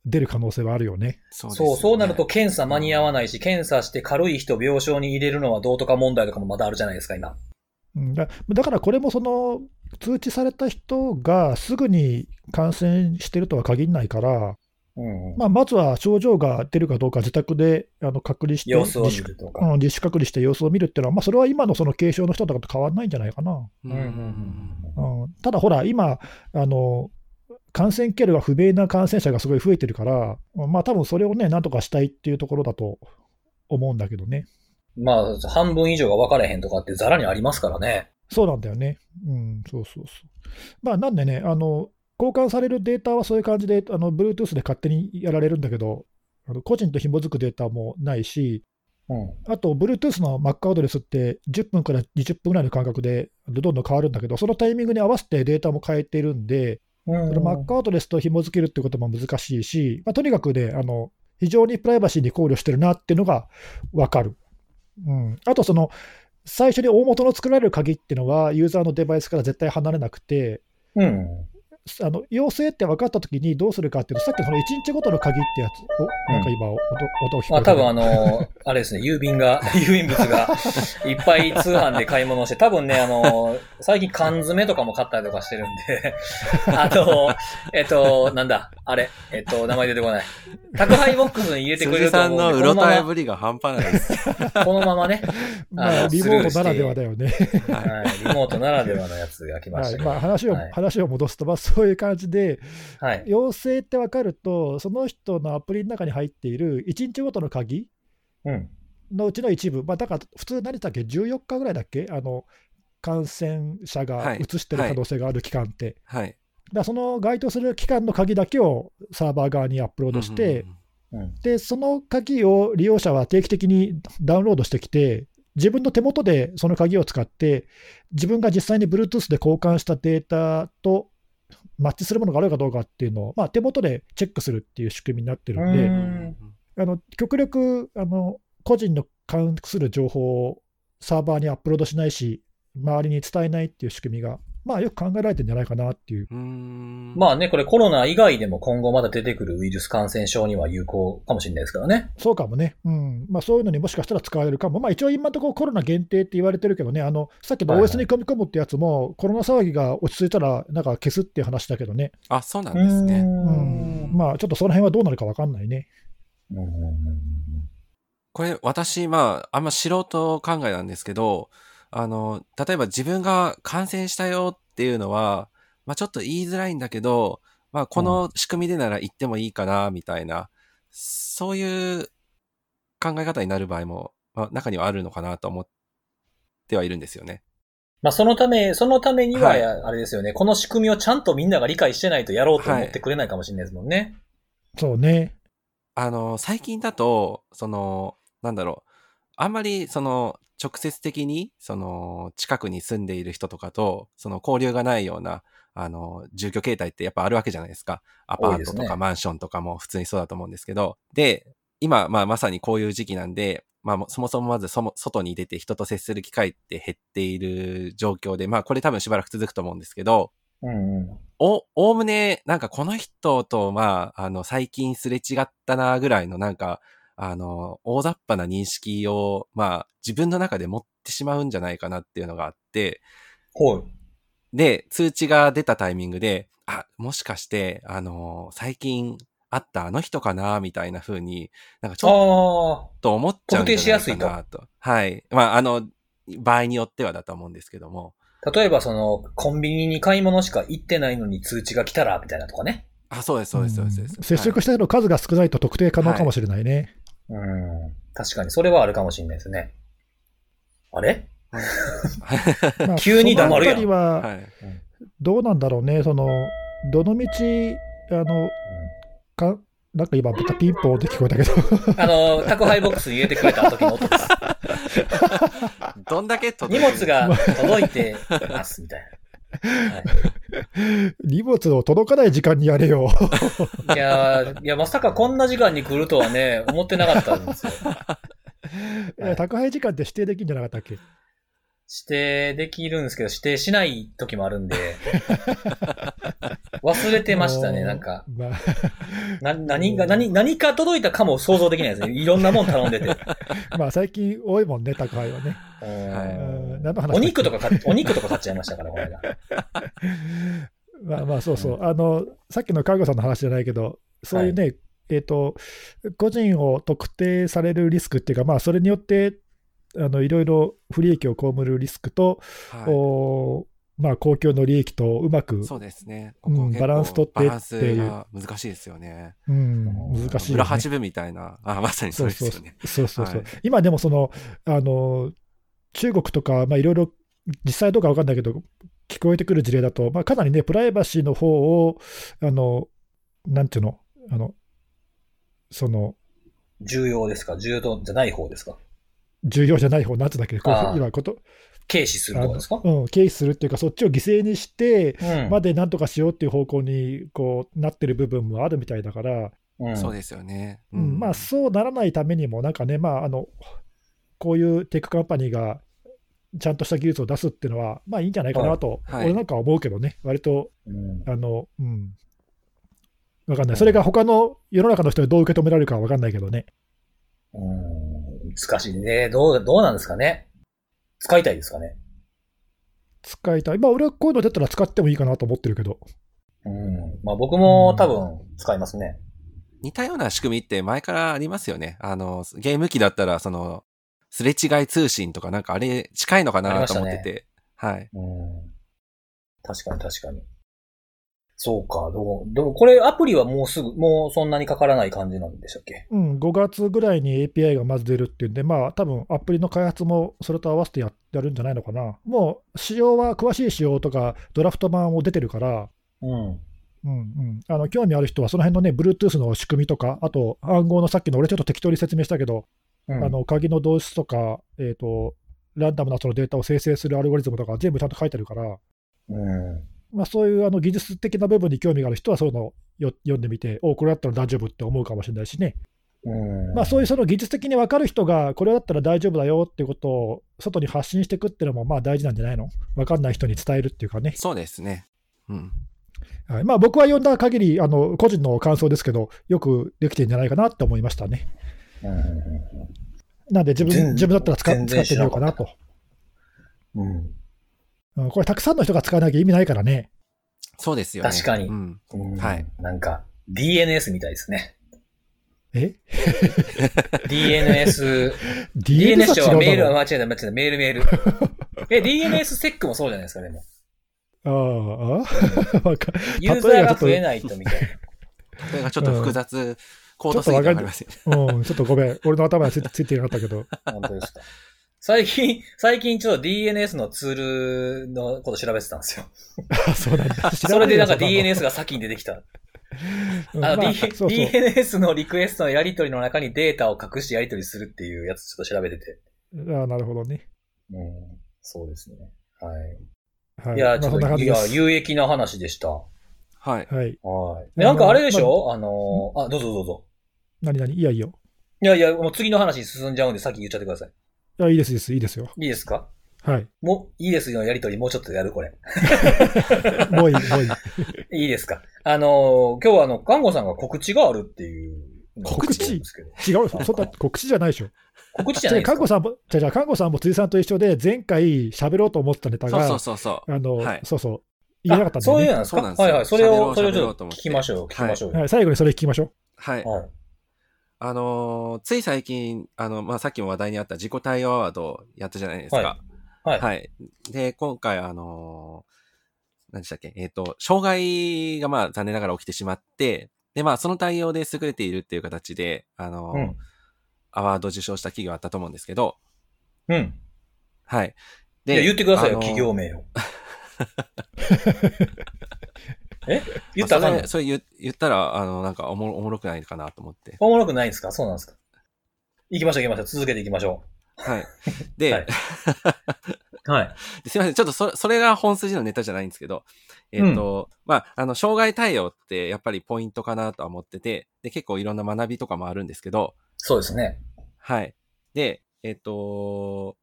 Speaker 2: 出る可能性はあるよね。
Speaker 3: そですよ
Speaker 1: そう、
Speaker 3: ね
Speaker 1: そうなると検査間に合わないし、検査して軽い人病床に入れるのはどうとか問題とかもまだあるじゃないですか、今。
Speaker 2: うんだだからこれもその通知された人がすぐに感染してるとは限らないから、
Speaker 1: うん、
Speaker 2: まあ、まずは症状が出るかどうか、自宅であの隔離して
Speaker 1: 様子を
Speaker 2: 自
Speaker 1: 見
Speaker 2: 主、
Speaker 1: ると
Speaker 2: う
Speaker 1: か。
Speaker 2: ん自主隔離して様子を見るっていうのは、まあ、それは今のその軽症の人とかと変わらないんじゃないかな。
Speaker 1: う
Speaker 3: う
Speaker 1: んうん
Speaker 3: ん
Speaker 2: うん、ただほら、今あの、感染経路が不明な感染者がすごい増えてるから、まあ多分それをね、なんとかしたいっていうところだと思うんだけどね。
Speaker 1: まあ、半分以上が分からへんとかってザラにありますからね。
Speaker 2: そうなんだよね。うん、そうそうそう。まあ、なんでね、あの、交換されるデータはそういう感じで、あの、Bluetooth で勝手にやられるんだけど、あの個人と紐づくデータもないし、
Speaker 1: うん。
Speaker 2: あと、Bluetooth の Mac アドレスって10分から20分ぐらいの間隔でどんどん変わるんだけど、そのタイミングに合わせてデータも変えているんで、
Speaker 1: うん
Speaker 2: その Mac アドレスと紐付けるってことも難しいし、まあ、とにかくねあの、非常にプライバシーに考慮してるなっていうのがわかる。うん、あと、その、最初に大元の作られる鍵っていうのは、ユーザーのデバイスから絶対離れなくて、
Speaker 1: うん。
Speaker 2: あの陽性って分かったときにどうするかっていうと、さっきのその1日ごとの鍵ってやつ、おなんか今音、音を聞こえたね
Speaker 1: まあ、多分あの、あれ ですね、郵便が、 郵便物がいっぱい通販で買い物をして、多分ね、あの、最近缶詰とかも買ったりとかしてるんで、 あの、えっと、なんだ、あれ、えっと、名前出てこない。宅配ボックスに入れてくれ
Speaker 3: 辻
Speaker 1: ると
Speaker 3: さ
Speaker 1: 思うんんで
Speaker 3: のう
Speaker 1: こ
Speaker 3: ろ
Speaker 1: のま
Speaker 3: た
Speaker 1: ま
Speaker 3: えぶりが半端ないです。
Speaker 1: このままね、
Speaker 2: ま
Speaker 1: あ
Speaker 2: あ、
Speaker 1: の
Speaker 2: リモートならではだよね。
Speaker 1: はい、リモートならではのやつが来ま
Speaker 2: は
Speaker 1: し
Speaker 2: い
Speaker 1: たけど
Speaker 2: まあ、話を
Speaker 1: はい
Speaker 2: 話を戻すと、まあ、そういう感じで、
Speaker 1: はい。
Speaker 2: 陽性って分かると、その人のアプリの中に入っている1日ごとの鍵
Speaker 1: うん。
Speaker 2: のうちの一部、まあ、だから普通、何だっけ、14日ぐらいだっけ、あの感染者
Speaker 3: は
Speaker 2: が
Speaker 3: いう
Speaker 2: つしてる可能性がある期間って、
Speaker 3: は
Speaker 2: だ
Speaker 3: い。
Speaker 2: からその該当する期間の鍵だけをサーバー側にアップロードして、
Speaker 3: うんうん
Speaker 2: でその鍵を利用者は定期的にダウンロードしてきて、自分の手元でその鍵を使って、自分が実際に Bluetooth で交換したデータとマッチするものがあるかどうかっていうのを、まあ、手元でチェックするっていう仕組みになってるん
Speaker 1: う
Speaker 2: で、
Speaker 1: ん
Speaker 2: あの極力あの個人の関する情報をサーバーにアップロードしないし、周りに伝えないっていう仕組みが、まあよく考えられてるんじゃないかなっていう。
Speaker 3: うーん。
Speaker 1: まあね、これコロナ以外でも今後まだ出てくるウイルス感染症には有効かもしれないですからね。
Speaker 2: そうかもね。うん。まあそういうのにもしかしたら使われるかも。まあ一応今のところコロナ限定って言われてるけどね、あの、さっきの
Speaker 1: はいはい
Speaker 2: OS に組み込むってやつも、コロナ騒ぎが落ち着いたら、なんか消すっていう話だけどね。
Speaker 3: あ、そうなんですね。
Speaker 2: う
Speaker 1: うん
Speaker 2: ん。まあちょっとその辺はどうなるかわかんないね。
Speaker 1: うんうんうん
Speaker 3: これ、私、まあ、あんま素人考えなんですけど、あの、例えば自分が感染したよっていうのは、まあちょっと言いづらいんだけど、まあこの仕組みでなら言ってもいいかな、みたいな、そういう考え方になる場合も、まあ中にはあるのかなと思ってはいるんですよね。
Speaker 1: まあ、そのため、そのためには、
Speaker 3: はい
Speaker 1: あれですよね、この仕組みをちゃんとみんなが理解してないとやろうと思ってくれないかもしれないですもんね。
Speaker 2: そうね。
Speaker 3: あの、最近だと、その、なんだろう、あんまり、その、直接的に、その、近くに住んでいる人とかと、その、交流がないような、あの、住居形態ってやっぱあるわけじゃないですか。アパ
Speaker 1: 多い
Speaker 3: ー
Speaker 1: で
Speaker 3: ト
Speaker 1: す
Speaker 3: と
Speaker 1: ね
Speaker 3: かマンションとかも普通にそうだと思うんですけど、で、今、まあ、まさにこういう時期なんで、まあ、もそもそもまずそも、外に出て人と接する機会って減っている状況で、まあ、これ多分しばらく続くと思うんですけど、
Speaker 1: うんうん。
Speaker 3: お、おおむね、なんかこの人と、まあ、あの、最近すれ違ったな、ぐらいの、なんか、あの、大雑把な認識を、まあ、自分の中で持ってしまうんじゃないかなっていうのがあって、
Speaker 1: はい。
Speaker 3: で、通知が出たタイミングで、あ、もしかして、あの、最近会ったあの人かな、みたいな風に、なんかちょっ
Speaker 1: ああ、
Speaker 3: と思っちゃうんじゃないかなと。
Speaker 1: 特定しや
Speaker 3: はい。まあ、あの、場合によってはだと思うんですけども。
Speaker 1: 例えばその、コンビニに買い物しか行ってないのに通知が来たら、みたいなとかね。
Speaker 3: あ、そうです、そうです、そうです。そうです
Speaker 2: ん接触した人の数が少ないと特定可能かもしれないね。
Speaker 1: うん。確かに、それはあるかもしれないですね。あれ
Speaker 2: まあ
Speaker 1: 急に黙るやん
Speaker 2: そのあたりは
Speaker 3: はい。
Speaker 2: どうなんだろうね、その、どの道、あの、かなん か今、豚ピンポンって聞こえたけど、
Speaker 1: うんあの、宅配ボックスに入れてくれた時の音です。
Speaker 3: どんだけ
Speaker 1: 荷
Speaker 3: 届ける
Speaker 1: 物が届いてます、みたいな。はい
Speaker 2: 荷物を届かない時間にやれ よ。
Speaker 1: いやーいや、まさかこんな時間に来るとはね、思ってなかったんですよ。はい
Speaker 2: 宅配時間って指定できるんじゃなかったっけ
Speaker 1: 指定できるんですけど、指定しない時もあるんで。忘れてましたね、なんか。。
Speaker 2: まあ、
Speaker 1: な、何が、何、何か届いたかも想像できないですね。いろんなもん頼んでて。
Speaker 2: まあ、最近多いもんね、宅配は ね。
Speaker 1: うん
Speaker 3: は
Speaker 2: 何の話だっけ
Speaker 1: お肉とか買っ、お肉とか買っちゃいましたから、これが。
Speaker 2: まあまあ、そうそう。あの、さっきの看護さんの話じゃないけど、そういうね、えっ、と、個人を特定されるリスクっていうか、まあ、それによって、あのいろいろ不利益を被るリスクと、
Speaker 3: はい
Speaker 2: おまあ、公共の利益とうまく、
Speaker 3: そうですね。
Speaker 2: うん
Speaker 3: ここ結構
Speaker 2: バランス取ってっていう
Speaker 3: バランスが難しいですよね。
Speaker 2: うん、難しい、ね。
Speaker 3: 裏八分みたいな。あ、まさにそうですよね。
Speaker 2: そうそうそう。
Speaker 3: はい
Speaker 2: 今でもその、あの、中国とか、まあ、いろいろ、実際どうかわかんないけど、聞こえてくる事例だと、まあ、かなりね、プライバシーの方を、あの、なんていうの、あの、その、
Speaker 1: 重要ですか重要じゃない方ですか
Speaker 2: 重要じゃない方、なんつうんだっけ、こう
Speaker 1: ああ
Speaker 2: 今こと、
Speaker 1: 軽視する
Speaker 2: あ
Speaker 1: 方
Speaker 2: の
Speaker 1: ですか
Speaker 2: うん、軽視するっていうか、そっちを犠牲にして、
Speaker 1: うん。
Speaker 2: までなんとかしようっていう方向にこうなってる部分もあるみたいだから、
Speaker 1: うん
Speaker 3: そうですよね。
Speaker 2: うんまあ、そうならないためにも、なんかね、まああの、こういうテックカンパニーがちゃんとした技術を出すっていうのは、まあいいんじゃないかなと、
Speaker 3: はいはい
Speaker 2: 俺なんかは思うけどね、割と、
Speaker 1: うん
Speaker 2: あの、うん、わかんない、それが他の世の中の人にどう受け止められるかわかんないけどね、
Speaker 1: うん難しいね。どう、どうなんですかね使いたいですかね
Speaker 2: 使いたい、まあ俺はこういうの出たら使ってもいいかなと思ってるけど、
Speaker 1: うん。まあ僕も多分使いますね。
Speaker 3: 似たような仕組みって前からありますよね。あの、ゲーム機だったら、その、すれ違い通信とかなんかあれ近いのか
Speaker 1: あり
Speaker 3: な
Speaker 1: まし
Speaker 3: と
Speaker 1: たね
Speaker 3: 思ってて。はい。
Speaker 1: うん。確かに確かに。そうか、どう、でもこれアプリはもうすぐ、もうそんなにかからない感じなんでしたっけ
Speaker 2: うん、5月ぐらいに API がまず出るっていうんで、まあ多分アプリの開発もそれと合わせてややるんじゃないのかな、もう仕様は、詳しい仕様とか、ドラフト版も出てるから、
Speaker 1: うん。
Speaker 2: うんうん、あの興味ある人は、その辺のね、Bluetooth の仕組みとか、あと暗号のさっきの、俺ちょっと適当に説明したけど、
Speaker 1: うん、
Speaker 2: あの鍵の導出とか、えーと、ランダムなそのデータを生成するアルゴリズムとか、全部ちゃんと書いてあるから、
Speaker 1: うん。
Speaker 2: まあ、そういうあの技術的な部分に興味がある人は、そういうのをよ読んでみて、おこれだったら大丈夫って思うかもしれないしね。
Speaker 1: うん
Speaker 2: まあ、そういうその技術的に分かる人が、これだったら大丈夫だよっていうことを外に発信していくっていうのもまあ大事なんじゃないの分かんない人に伝えるっていうかね。
Speaker 3: そうですね。うん。
Speaker 2: はいまあ、僕は読んだ限りあの個人の感想ですけど、よくできてるんじゃないかなって思いましたね。なんで自
Speaker 1: 全
Speaker 2: 分、自分だったら使
Speaker 1: 全
Speaker 2: 使
Speaker 1: 然
Speaker 2: ってみようかなと。
Speaker 1: うんうん
Speaker 2: うん、これ、たくさんの人が使わなきゃ意味ないからね。
Speaker 3: そうですよね。
Speaker 1: 確かに
Speaker 3: うん。
Speaker 1: うん
Speaker 3: はい。
Speaker 1: なんか、DNS みたいです ね。
Speaker 2: え
Speaker 1: DNS、
Speaker 2: ?DNS
Speaker 1: DNS は
Speaker 2: は
Speaker 1: メ
Speaker 2: 違
Speaker 1: ー
Speaker 2: う
Speaker 1: ル
Speaker 2: だ
Speaker 1: は
Speaker 2: ろ
Speaker 1: 間違えた、間違えた、メールメ ール。え、DNS セックもそうじゃないですか、でも。
Speaker 2: ああ、 わか
Speaker 1: ユーザーが増えないとみたいな。
Speaker 3: これがちょっと複雑、コード
Speaker 2: ちょっと
Speaker 3: 数が
Speaker 2: わか
Speaker 3: 上
Speaker 2: る
Speaker 3: がりますよね。
Speaker 2: うん、ちょっとごめん。俺の頭についついてなかったけど。
Speaker 1: 本当ですか。最近、最近ちょっと DNS のツールのこと調べてたんですよ。
Speaker 2: あそうなんだ。
Speaker 1: それでなんか
Speaker 2: 知
Speaker 1: DNS が先に出てきた。
Speaker 2: ら
Speaker 1: あ
Speaker 2: な
Speaker 1: の、
Speaker 2: い
Speaker 1: D-
Speaker 2: やつだったうんまあそうそう
Speaker 1: DNS のリクエストのやり取りの中にデータを隠してやり取りするっていうやつちょっと調べてて。
Speaker 2: ああなるほどね。
Speaker 1: うん、そうですね。は。
Speaker 2: はい
Speaker 1: いや、ち
Speaker 2: まあ
Speaker 1: ょ
Speaker 2: そ
Speaker 1: っ
Speaker 2: んな
Speaker 1: と、
Speaker 2: 感じ
Speaker 1: い
Speaker 2: で
Speaker 1: や、
Speaker 2: す。
Speaker 1: 有益な話でした。
Speaker 3: はい。
Speaker 2: はい。
Speaker 1: はい。
Speaker 2: あの
Speaker 1: なんかあれでしょあのー、あ、どうぞどうぞ。
Speaker 2: 何々いやいいよ。
Speaker 1: いやいや、もう次の話に進んじゃうんで、先言っちゃってください。
Speaker 2: いや、いいです、いいです、いいですよ。
Speaker 1: いいですか
Speaker 2: はい。
Speaker 1: もう、いいですよのやりとり、もうちょっとやる、これ。
Speaker 2: もういい、もういい。
Speaker 1: いいですかあのー今日はあの、看護さんが告知があるっていう。
Speaker 2: 告知
Speaker 1: なんですけど
Speaker 2: 違う、そんな告知じゃないでしょ。
Speaker 1: 告知じゃ
Speaker 2: じ
Speaker 1: な
Speaker 2: ゃ
Speaker 1: い
Speaker 2: あ、
Speaker 1: です
Speaker 2: 看
Speaker 1: か
Speaker 2: 護さんも、じゃあじゃあ、看護さんも辻さんと一緒で、前回喋ろうと思ってたネタ
Speaker 3: そうそ
Speaker 2: が
Speaker 3: う、そうそう。
Speaker 2: あの
Speaker 3: はい、
Speaker 2: そうそう、言えなかった
Speaker 1: あ
Speaker 2: ん
Speaker 1: そうい
Speaker 2: で
Speaker 1: う
Speaker 2: ね。
Speaker 1: のです
Speaker 3: そう
Speaker 1: か
Speaker 3: なんですよ
Speaker 1: はいはい。それ
Speaker 3: 喋ろ
Speaker 1: を、
Speaker 3: う
Speaker 1: それをち
Speaker 3: 喋ろ
Speaker 1: ょ
Speaker 3: う
Speaker 1: っ
Speaker 3: と
Speaker 1: と
Speaker 3: 思
Speaker 1: 聞
Speaker 3: って
Speaker 1: きましょう、聞きましょうよ。
Speaker 2: はい最後にそれ聞きましょ
Speaker 3: はい。
Speaker 1: はい。
Speaker 3: あのーつい最近、あの、まあ、さっきも話題にあった自己対応アワードをやったじゃないですか。
Speaker 1: ははい
Speaker 3: で、今回、あのー何でしたっけえっ、と、障害がまあ、残念ながら起きてしまって、で、まあ、その対応で優れているっていう形で、あのー
Speaker 1: うん
Speaker 3: アワードを受賞した企業あったと思うんですけど、
Speaker 1: うん。
Speaker 3: はい。
Speaker 1: いや、言ってくださいよ、
Speaker 3: あのー
Speaker 1: 企業名 を。え言ったらあかん
Speaker 3: まあ
Speaker 1: の
Speaker 3: それそれ言言ったら、あの、なんかおもろ、おもろくないかなと思って。
Speaker 1: おもろくないんですかそうなんですか行きましょう行きましょう。続けていきましょ
Speaker 3: はい。で、
Speaker 1: はいう。はい。
Speaker 3: ですいません。ちょっとそ、それが本筋のネタじゃないんですけど、えっ、と、まあ、あの、障害対応ってやっぱりポイントかなとは思ってて、で、結構いろんな学びとかもあるんですけど、
Speaker 1: そうですね。
Speaker 3: はい。で、えっ、と、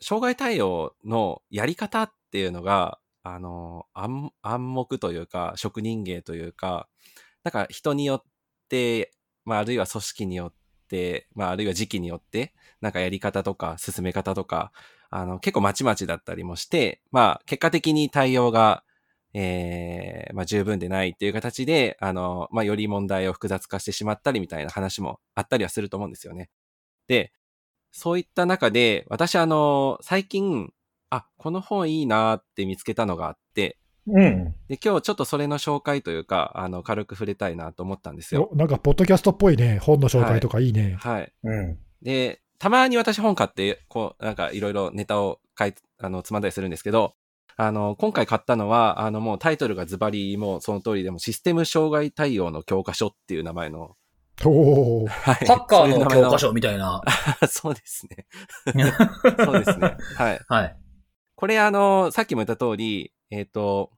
Speaker 3: 障害対応のやり方っていうのが、あの、暗暗黙というか、職人芸というか、なんか人によって、まあ、あるいは組織によって、まあ、あるいは時期によって、なんかやり方とか進め方とか、あの、結構まちまちだったりもして、まあ、結果的に対応が、ええまあ、十分でないっていう形で、あの、まあ、より問題を複雑化してしまったりみたいな話もあったりはすると思うんですよね。で、そういった中で、私あの、最近、あ、この本いいなって見つけたのがあって、
Speaker 1: うん。
Speaker 3: で、今日ちょっとそれの紹介というか、あの、軽く触れたいなと思ったんです
Speaker 2: う。
Speaker 3: よ。
Speaker 2: おなんか、ポッドキャストっぽいね。本の紹介とかいいね。
Speaker 3: はい。
Speaker 1: うん。
Speaker 3: で、たまに私本買って、こう、なんかいろいろネタを書い、あの、つまんだりするんですけど、あの、今回買ったのは、あの、もうタイトルがズバリ、もうその通りでも、システム障害対応の教科書っていう名前の、
Speaker 2: おー
Speaker 3: はい。
Speaker 1: サッカーの
Speaker 3: そういう名前
Speaker 1: 教科書みたいな。
Speaker 3: そうですね。そうですね。はい。
Speaker 1: はい。
Speaker 3: これあの、さっきも言った通り、えっ、と、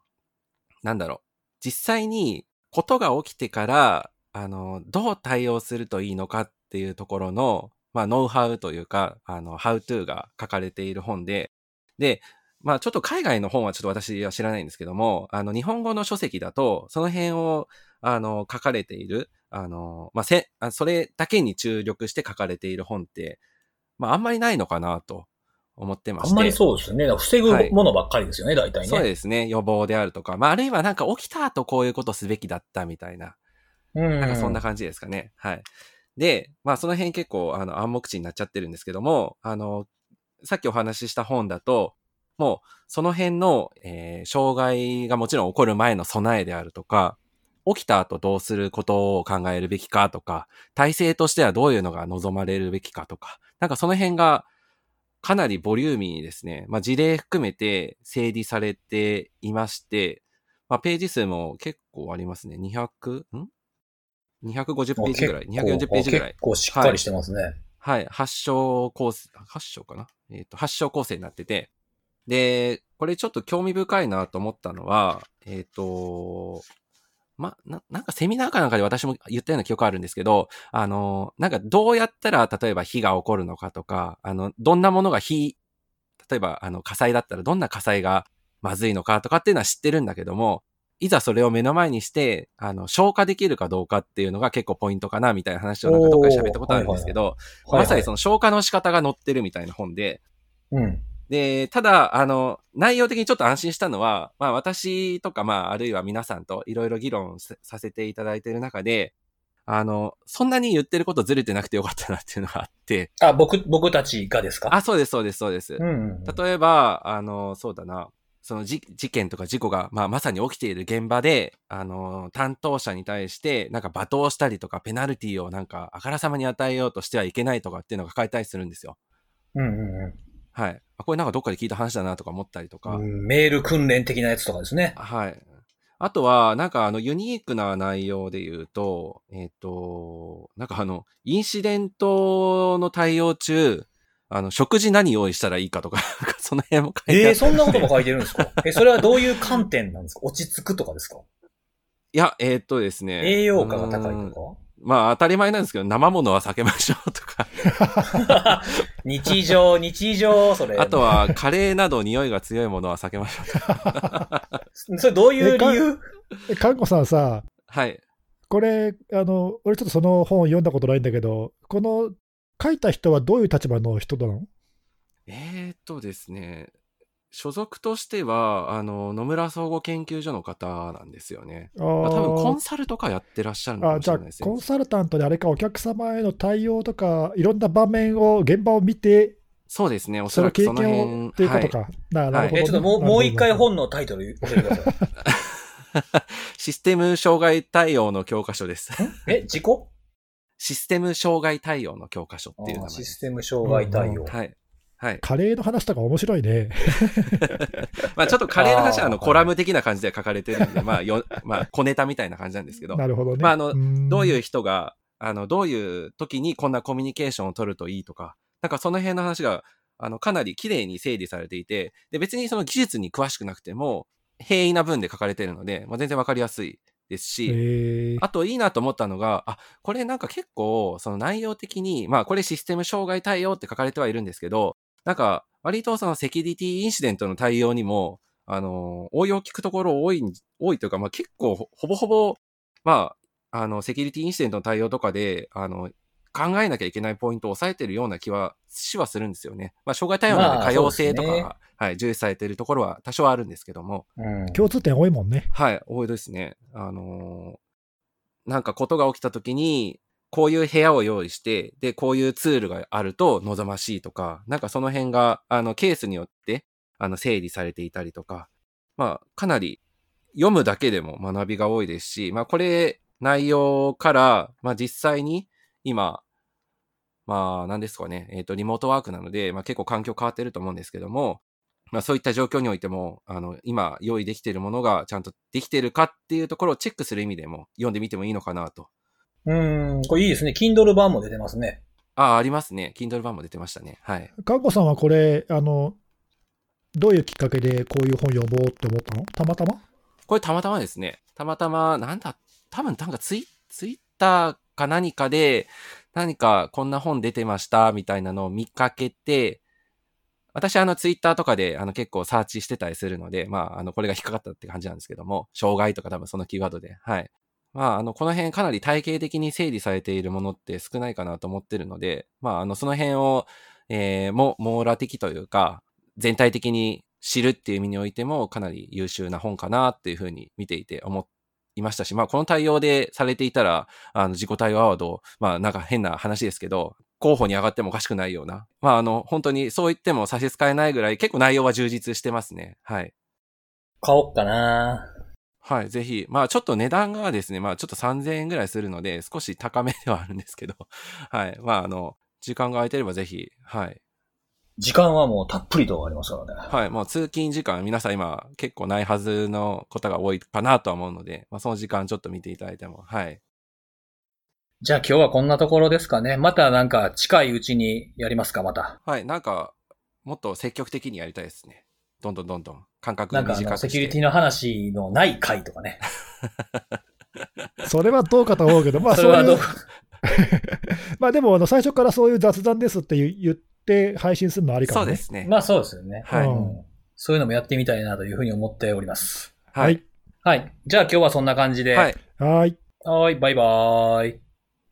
Speaker 3: なんだろう。実際にことが起きてから、あの、どう対応するといいのかっていうところの、まあ、ノウハウというか、あの、ハウトゥーが書かれている本で、で、まあ、ちょっと海外の本はちょっと私は知らないんですけども、あの、日本語の書籍だと、その辺を、あの、書かれている、あの、まあ、せ、あそれだけに注力して書かれている本って、まあ、あんまりないのかなと思ってま
Speaker 1: あ
Speaker 3: して。
Speaker 1: んまりそうですよね。だから防ぐものばっかりですよね、大体ね。
Speaker 3: そうですね。予防であるとか、まあ、あるいはなんか起きた後こういうことすべきだったみたいな、
Speaker 1: うん。
Speaker 3: なんかそんな感じですかね。はい。で、まあ、その辺結構、あの、暗黙知になっちゃってるんですけども、あの、さっきお話しした本だと、もう、その辺の、えー障害がもちろん起こる前の備えであるとか、起きた後どうすることを考えるべきかとか、体制としてはどういうのが望まれるべきかとか、なんかその辺がかなりボリューミーにですね、まあ、事例含めて整理されていまして、まあ、ページ数も結構ありますね。200? ん ?250 ページぐらい。240ページぐらい
Speaker 1: 結。構しっかりしてますね。
Speaker 3: はい、発症構成、発症かなえっ、と、発症構成になってて。で、これちょっと興味深いなと思ったのは、えっ、と、ま、な、なんかセミナーかなんかで私も言ったような記憶あるんですけど、あの、なんかどうやったら、例えば火が起こるのかとか、あの、どんなものが火、例えば、あの、火災だったらどんな火災がまずいのかとかっていうのは知ってるんだけども、いざそれを目の前にして、あの、消化できるかどうかっていうのが結構ポイントかな、みたいな話をなんかどっかで喋ったことあるんですけど、まさにその消化の仕方が載ってるみたいな本で、
Speaker 1: はいはい。うん。
Speaker 3: で、ただ、あの、内容的にちょっと安心したのは、まあ私とか、まああるいは皆さんといろいろ議論せさせていただいている中で、あの、そんなに言ってることずれてなくてよかったなっていうのがあって、
Speaker 1: あ、僕、僕たちがですか
Speaker 3: あ、そうです、そうです、そうです。
Speaker 1: うんうんうん。
Speaker 3: 例えば、あの、そうだな、そのじ事件とか事故が、まあ、まさに起きている現場で、あの、担当者に対して、なんか罵倒したりとか、ペナルティをなんか、あからさまに与えようとしてはいけないとかっていうのが書いたりするんですよ。
Speaker 1: うんうんうん
Speaker 3: はい。あこれなんかどっかで聞いた話だなとか思ったりとか。
Speaker 1: うんメール訓練的なやつとかですね。
Speaker 3: はい。あとは、なんかあの、ユニークな内容で言うと、えっ、と、なんかあの、インシデントの対応中、あの、食事何用意したらいいかとか、なんかその辺も書いてあ
Speaker 1: え
Speaker 3: っ
Speaker 1: ー、そんなことも書いてるんですか え、それはどういう観点なんですか落ち着くとかですか
Speaker 3: いや、えーっとですね。
Speaker 1: 栄養価が高
Speaker 3: うー
Speaker 1: い
Speaker 3: ん
Speaker 1: と
Speaker 3: まあ、当たり前なんですけど、生物は避けましょうとか。
Speaker 1: か 日常、日常、それ。
Speaker 3: あとは、カレーなど匂いが強いものは避けましょうとか。
Speaker 1: それどういう理由
Speaker 2: え、かんこさんさ、
Speaker 3: はい。
Speaker 2: これ、あの、俺ちょっとその本読んだことないんだけど、この書いた人はどういう立場の人なの
Speaker 3: えーっとですね。所属としては、あの、野村総合研究所の方なんですよね。
Speaker 2: あ
Speaker 3: まあ、多分コ
Speaker 2: ー
Speaker 3: ンサルとかやってらっしゃるのか
Speaker 2: あ
Speaker 3: もし
Speaker 2: じゃ
Speaker 3: れ
Speaker 2: あ
Speaker 3: ないです、
Speaker 2: コ
Speaker 3: ね
Speaker 2: ン。サルタントであれか、お客様への対応とか、いろんな場面を、現場を見て、
Speaker 3: そうですね。おそ
Speaker 2: そ
Speaker 3: ら
Speaker 2: の
Speaker 3: く
Speaker 2: 経
Speaker 3: その
Speaker 2: 験を
Speaker 3: 辺。
Speaker 2: っていうこと
Speaker 3: は
Speaker 2: か。ななるほどね、
Speaker 1: え、ちょっともう、もう一回
Speaker 2: なるほど
Speaker 1: 本のタイトル教えてください。
Speaker 3: い。システム障害対応の教科書です。
Speaker 1: え、事故
Speaker 3: システム障害対応の教科書ってい
Speaker 1: あ
Speaker 3: う名
Speaker 1: ー
Speaker 3: 前で
Speaker 1: シス
Speaker 3: す。
Speaker 1: テム障害対応。
Speaker 3: はい。はい。
Speaker 2: カレーの話とか面白いね。
Speaker 3: まあちょっとカレーの話はあ
Speaker 1: あ
Speaker 3: の
Speaker 1: ー
Speaker 3: コラム的な感じで書かれてるんで、まあよ、まあ小ネタみたいな感じなんですけど、
Speaker 2: なるほどね。
Speaker 3: まああの
Speaker 2: ん
Speaker 3: どういう人が、あの、どういう時にこんなコミュニケーションを取るといいとか、なんかその辺の話が、あの、かなり綺麗に整理されていて、で、別にその技術に詳しくなくても、平易な文で書かれてるので、まあ全然わかりやすいですし、
Speaker 2: えー
Speaker 3: あといいなと思ったのが、あ、これなんか結構、その内容的に、まあこれシステム障害対応って書かれてはいるんですけど、なんか割とそのセキュリティインシデントの対応にも、あの、応用聞くところ多いん、多いというか、まあ結構ほほぼほぼ、まあ、あの、セキュリティインシデントの対応とかで、あの、考えなきゃいけないポイントを抑えてるような気は、しはするんですよね。まあ、障害対応なの
Speaker 1: ま
Speaker 3: で
Speaker 1: あ
Speaker 3: 多様性とかが、
Speaker 1: そうですね
Speaker 3: はい、重視されてるところは多少はあるんですけども、
Speaker 1: うん
Speaker 2: 共通点多いもんね。
Speaker 3: はい、多いですね。あのーなんかことが起きた時に、こういう部屋を用意して、で、こういうツールがあると望ましいとか、なんかその辺が、あの、ケースによって、あの、整理されていたりとか、まあ、かなり読むだけでも学びが多いですし、まあ、これ、内容から、まあ、実際に、今、まあ、何ですかね、えっ、と、リモートワークなので、まあ、結構環境変わってると思うんですけども、まあそういった状況においても、あの、今用意できているものがちゃんとできているかっていうところをチェックする意味でも読んでみてもいいのかなと。
Speaker 1: うん、これいいですね。Kindle 版も出てますね。
Speaker 3: ああ、ありますね。Kindle 版も出てましたね。はい。
Speaker 2: かんこさんはこれ、あの、どういうきっかけでこういう本読もうって思ったのたまたま
Speaker 3: これたまたまですね。たまたま、なんだ、多分なんかツイツイッターか何かで、何かこんな本出てましたみたいなのを見かけて、私あのツイッターとかであの結構サーチしてたりするので、まああのこれが引っかかったって感じなんですけども、障害とか多分そのキーワードで、はい。まああのこの辺かなり体系的に整理されているものって少ないかなと思ってるので、まああのその辺を、えー、も網羅的というか、全体的に知るっていう意味においてもかなり優秀な本かなっていうふうに見ていて思いましたし、まあこの対応でされていたら、あの自己対応アワード、まあなんか変な話ですけど、候補に上がってもおかしくないような、まああの本当にそう言っても差し支えないぐらい結構内容は充実してますね。はい。
Speaker 1: 買おっかな
Speaker 3: はい、ぜひ。まあちょっと値段がですね、まあちょっと3000円ぐらいするので、少し高めではあるんですけど、はい。まああの、時間が空いてればぜひ、はい。
Speaker 1: 時間はもうたっぷりとありますからね。
Speaker 3: はい、もう通勤時間、皆さん今結構ないはずのことが多いかなとは思うので、まあ、その時間ちょっと見ていただいても、はい。
Speaker 1: じゃあ今日はこんなところですかね。またなんか近いうちにやりますか、また。
Speaker 3: はい、なんか、もっと積極的にやりたいですね。どんどんどんどん、間隔
Speaker 1: な
Speaker 3: を
Speaker 1: んかあ
Speaker 3: 短
Speaker 1: の、
Speaker 3: くして。
Speaker 1: セキュリティの話のない回とかね。
Speaker 2: それはどうかと思う けど、まあ
Speaker 1: そ
Speaker 2: そ
Speaker 1: れ
Speaker 2: う
Speaker 1: は
Speaker 2: いう
Speaker 1: どう、か。
Speaker 2: まあでもあの最初からそういう雑談ですって言言って配信するのありか
Speaker 3: そ
Speaker 2: も
Speaker 3: う
Speaker 2: ね。
Speaker 3: ですね。
Speaker 1: まあそうですよね。
Speaker 3: はい
Speaker 1: うんそういうのもやってみたいなというふうに思っております。
Speaker 3: はい。
Speaker 1: はい。じゃあ今日はそんな感じで。
Speaker 3: はい。
Speaker 2: はい。
Speaker 1: はい、バイバーイ。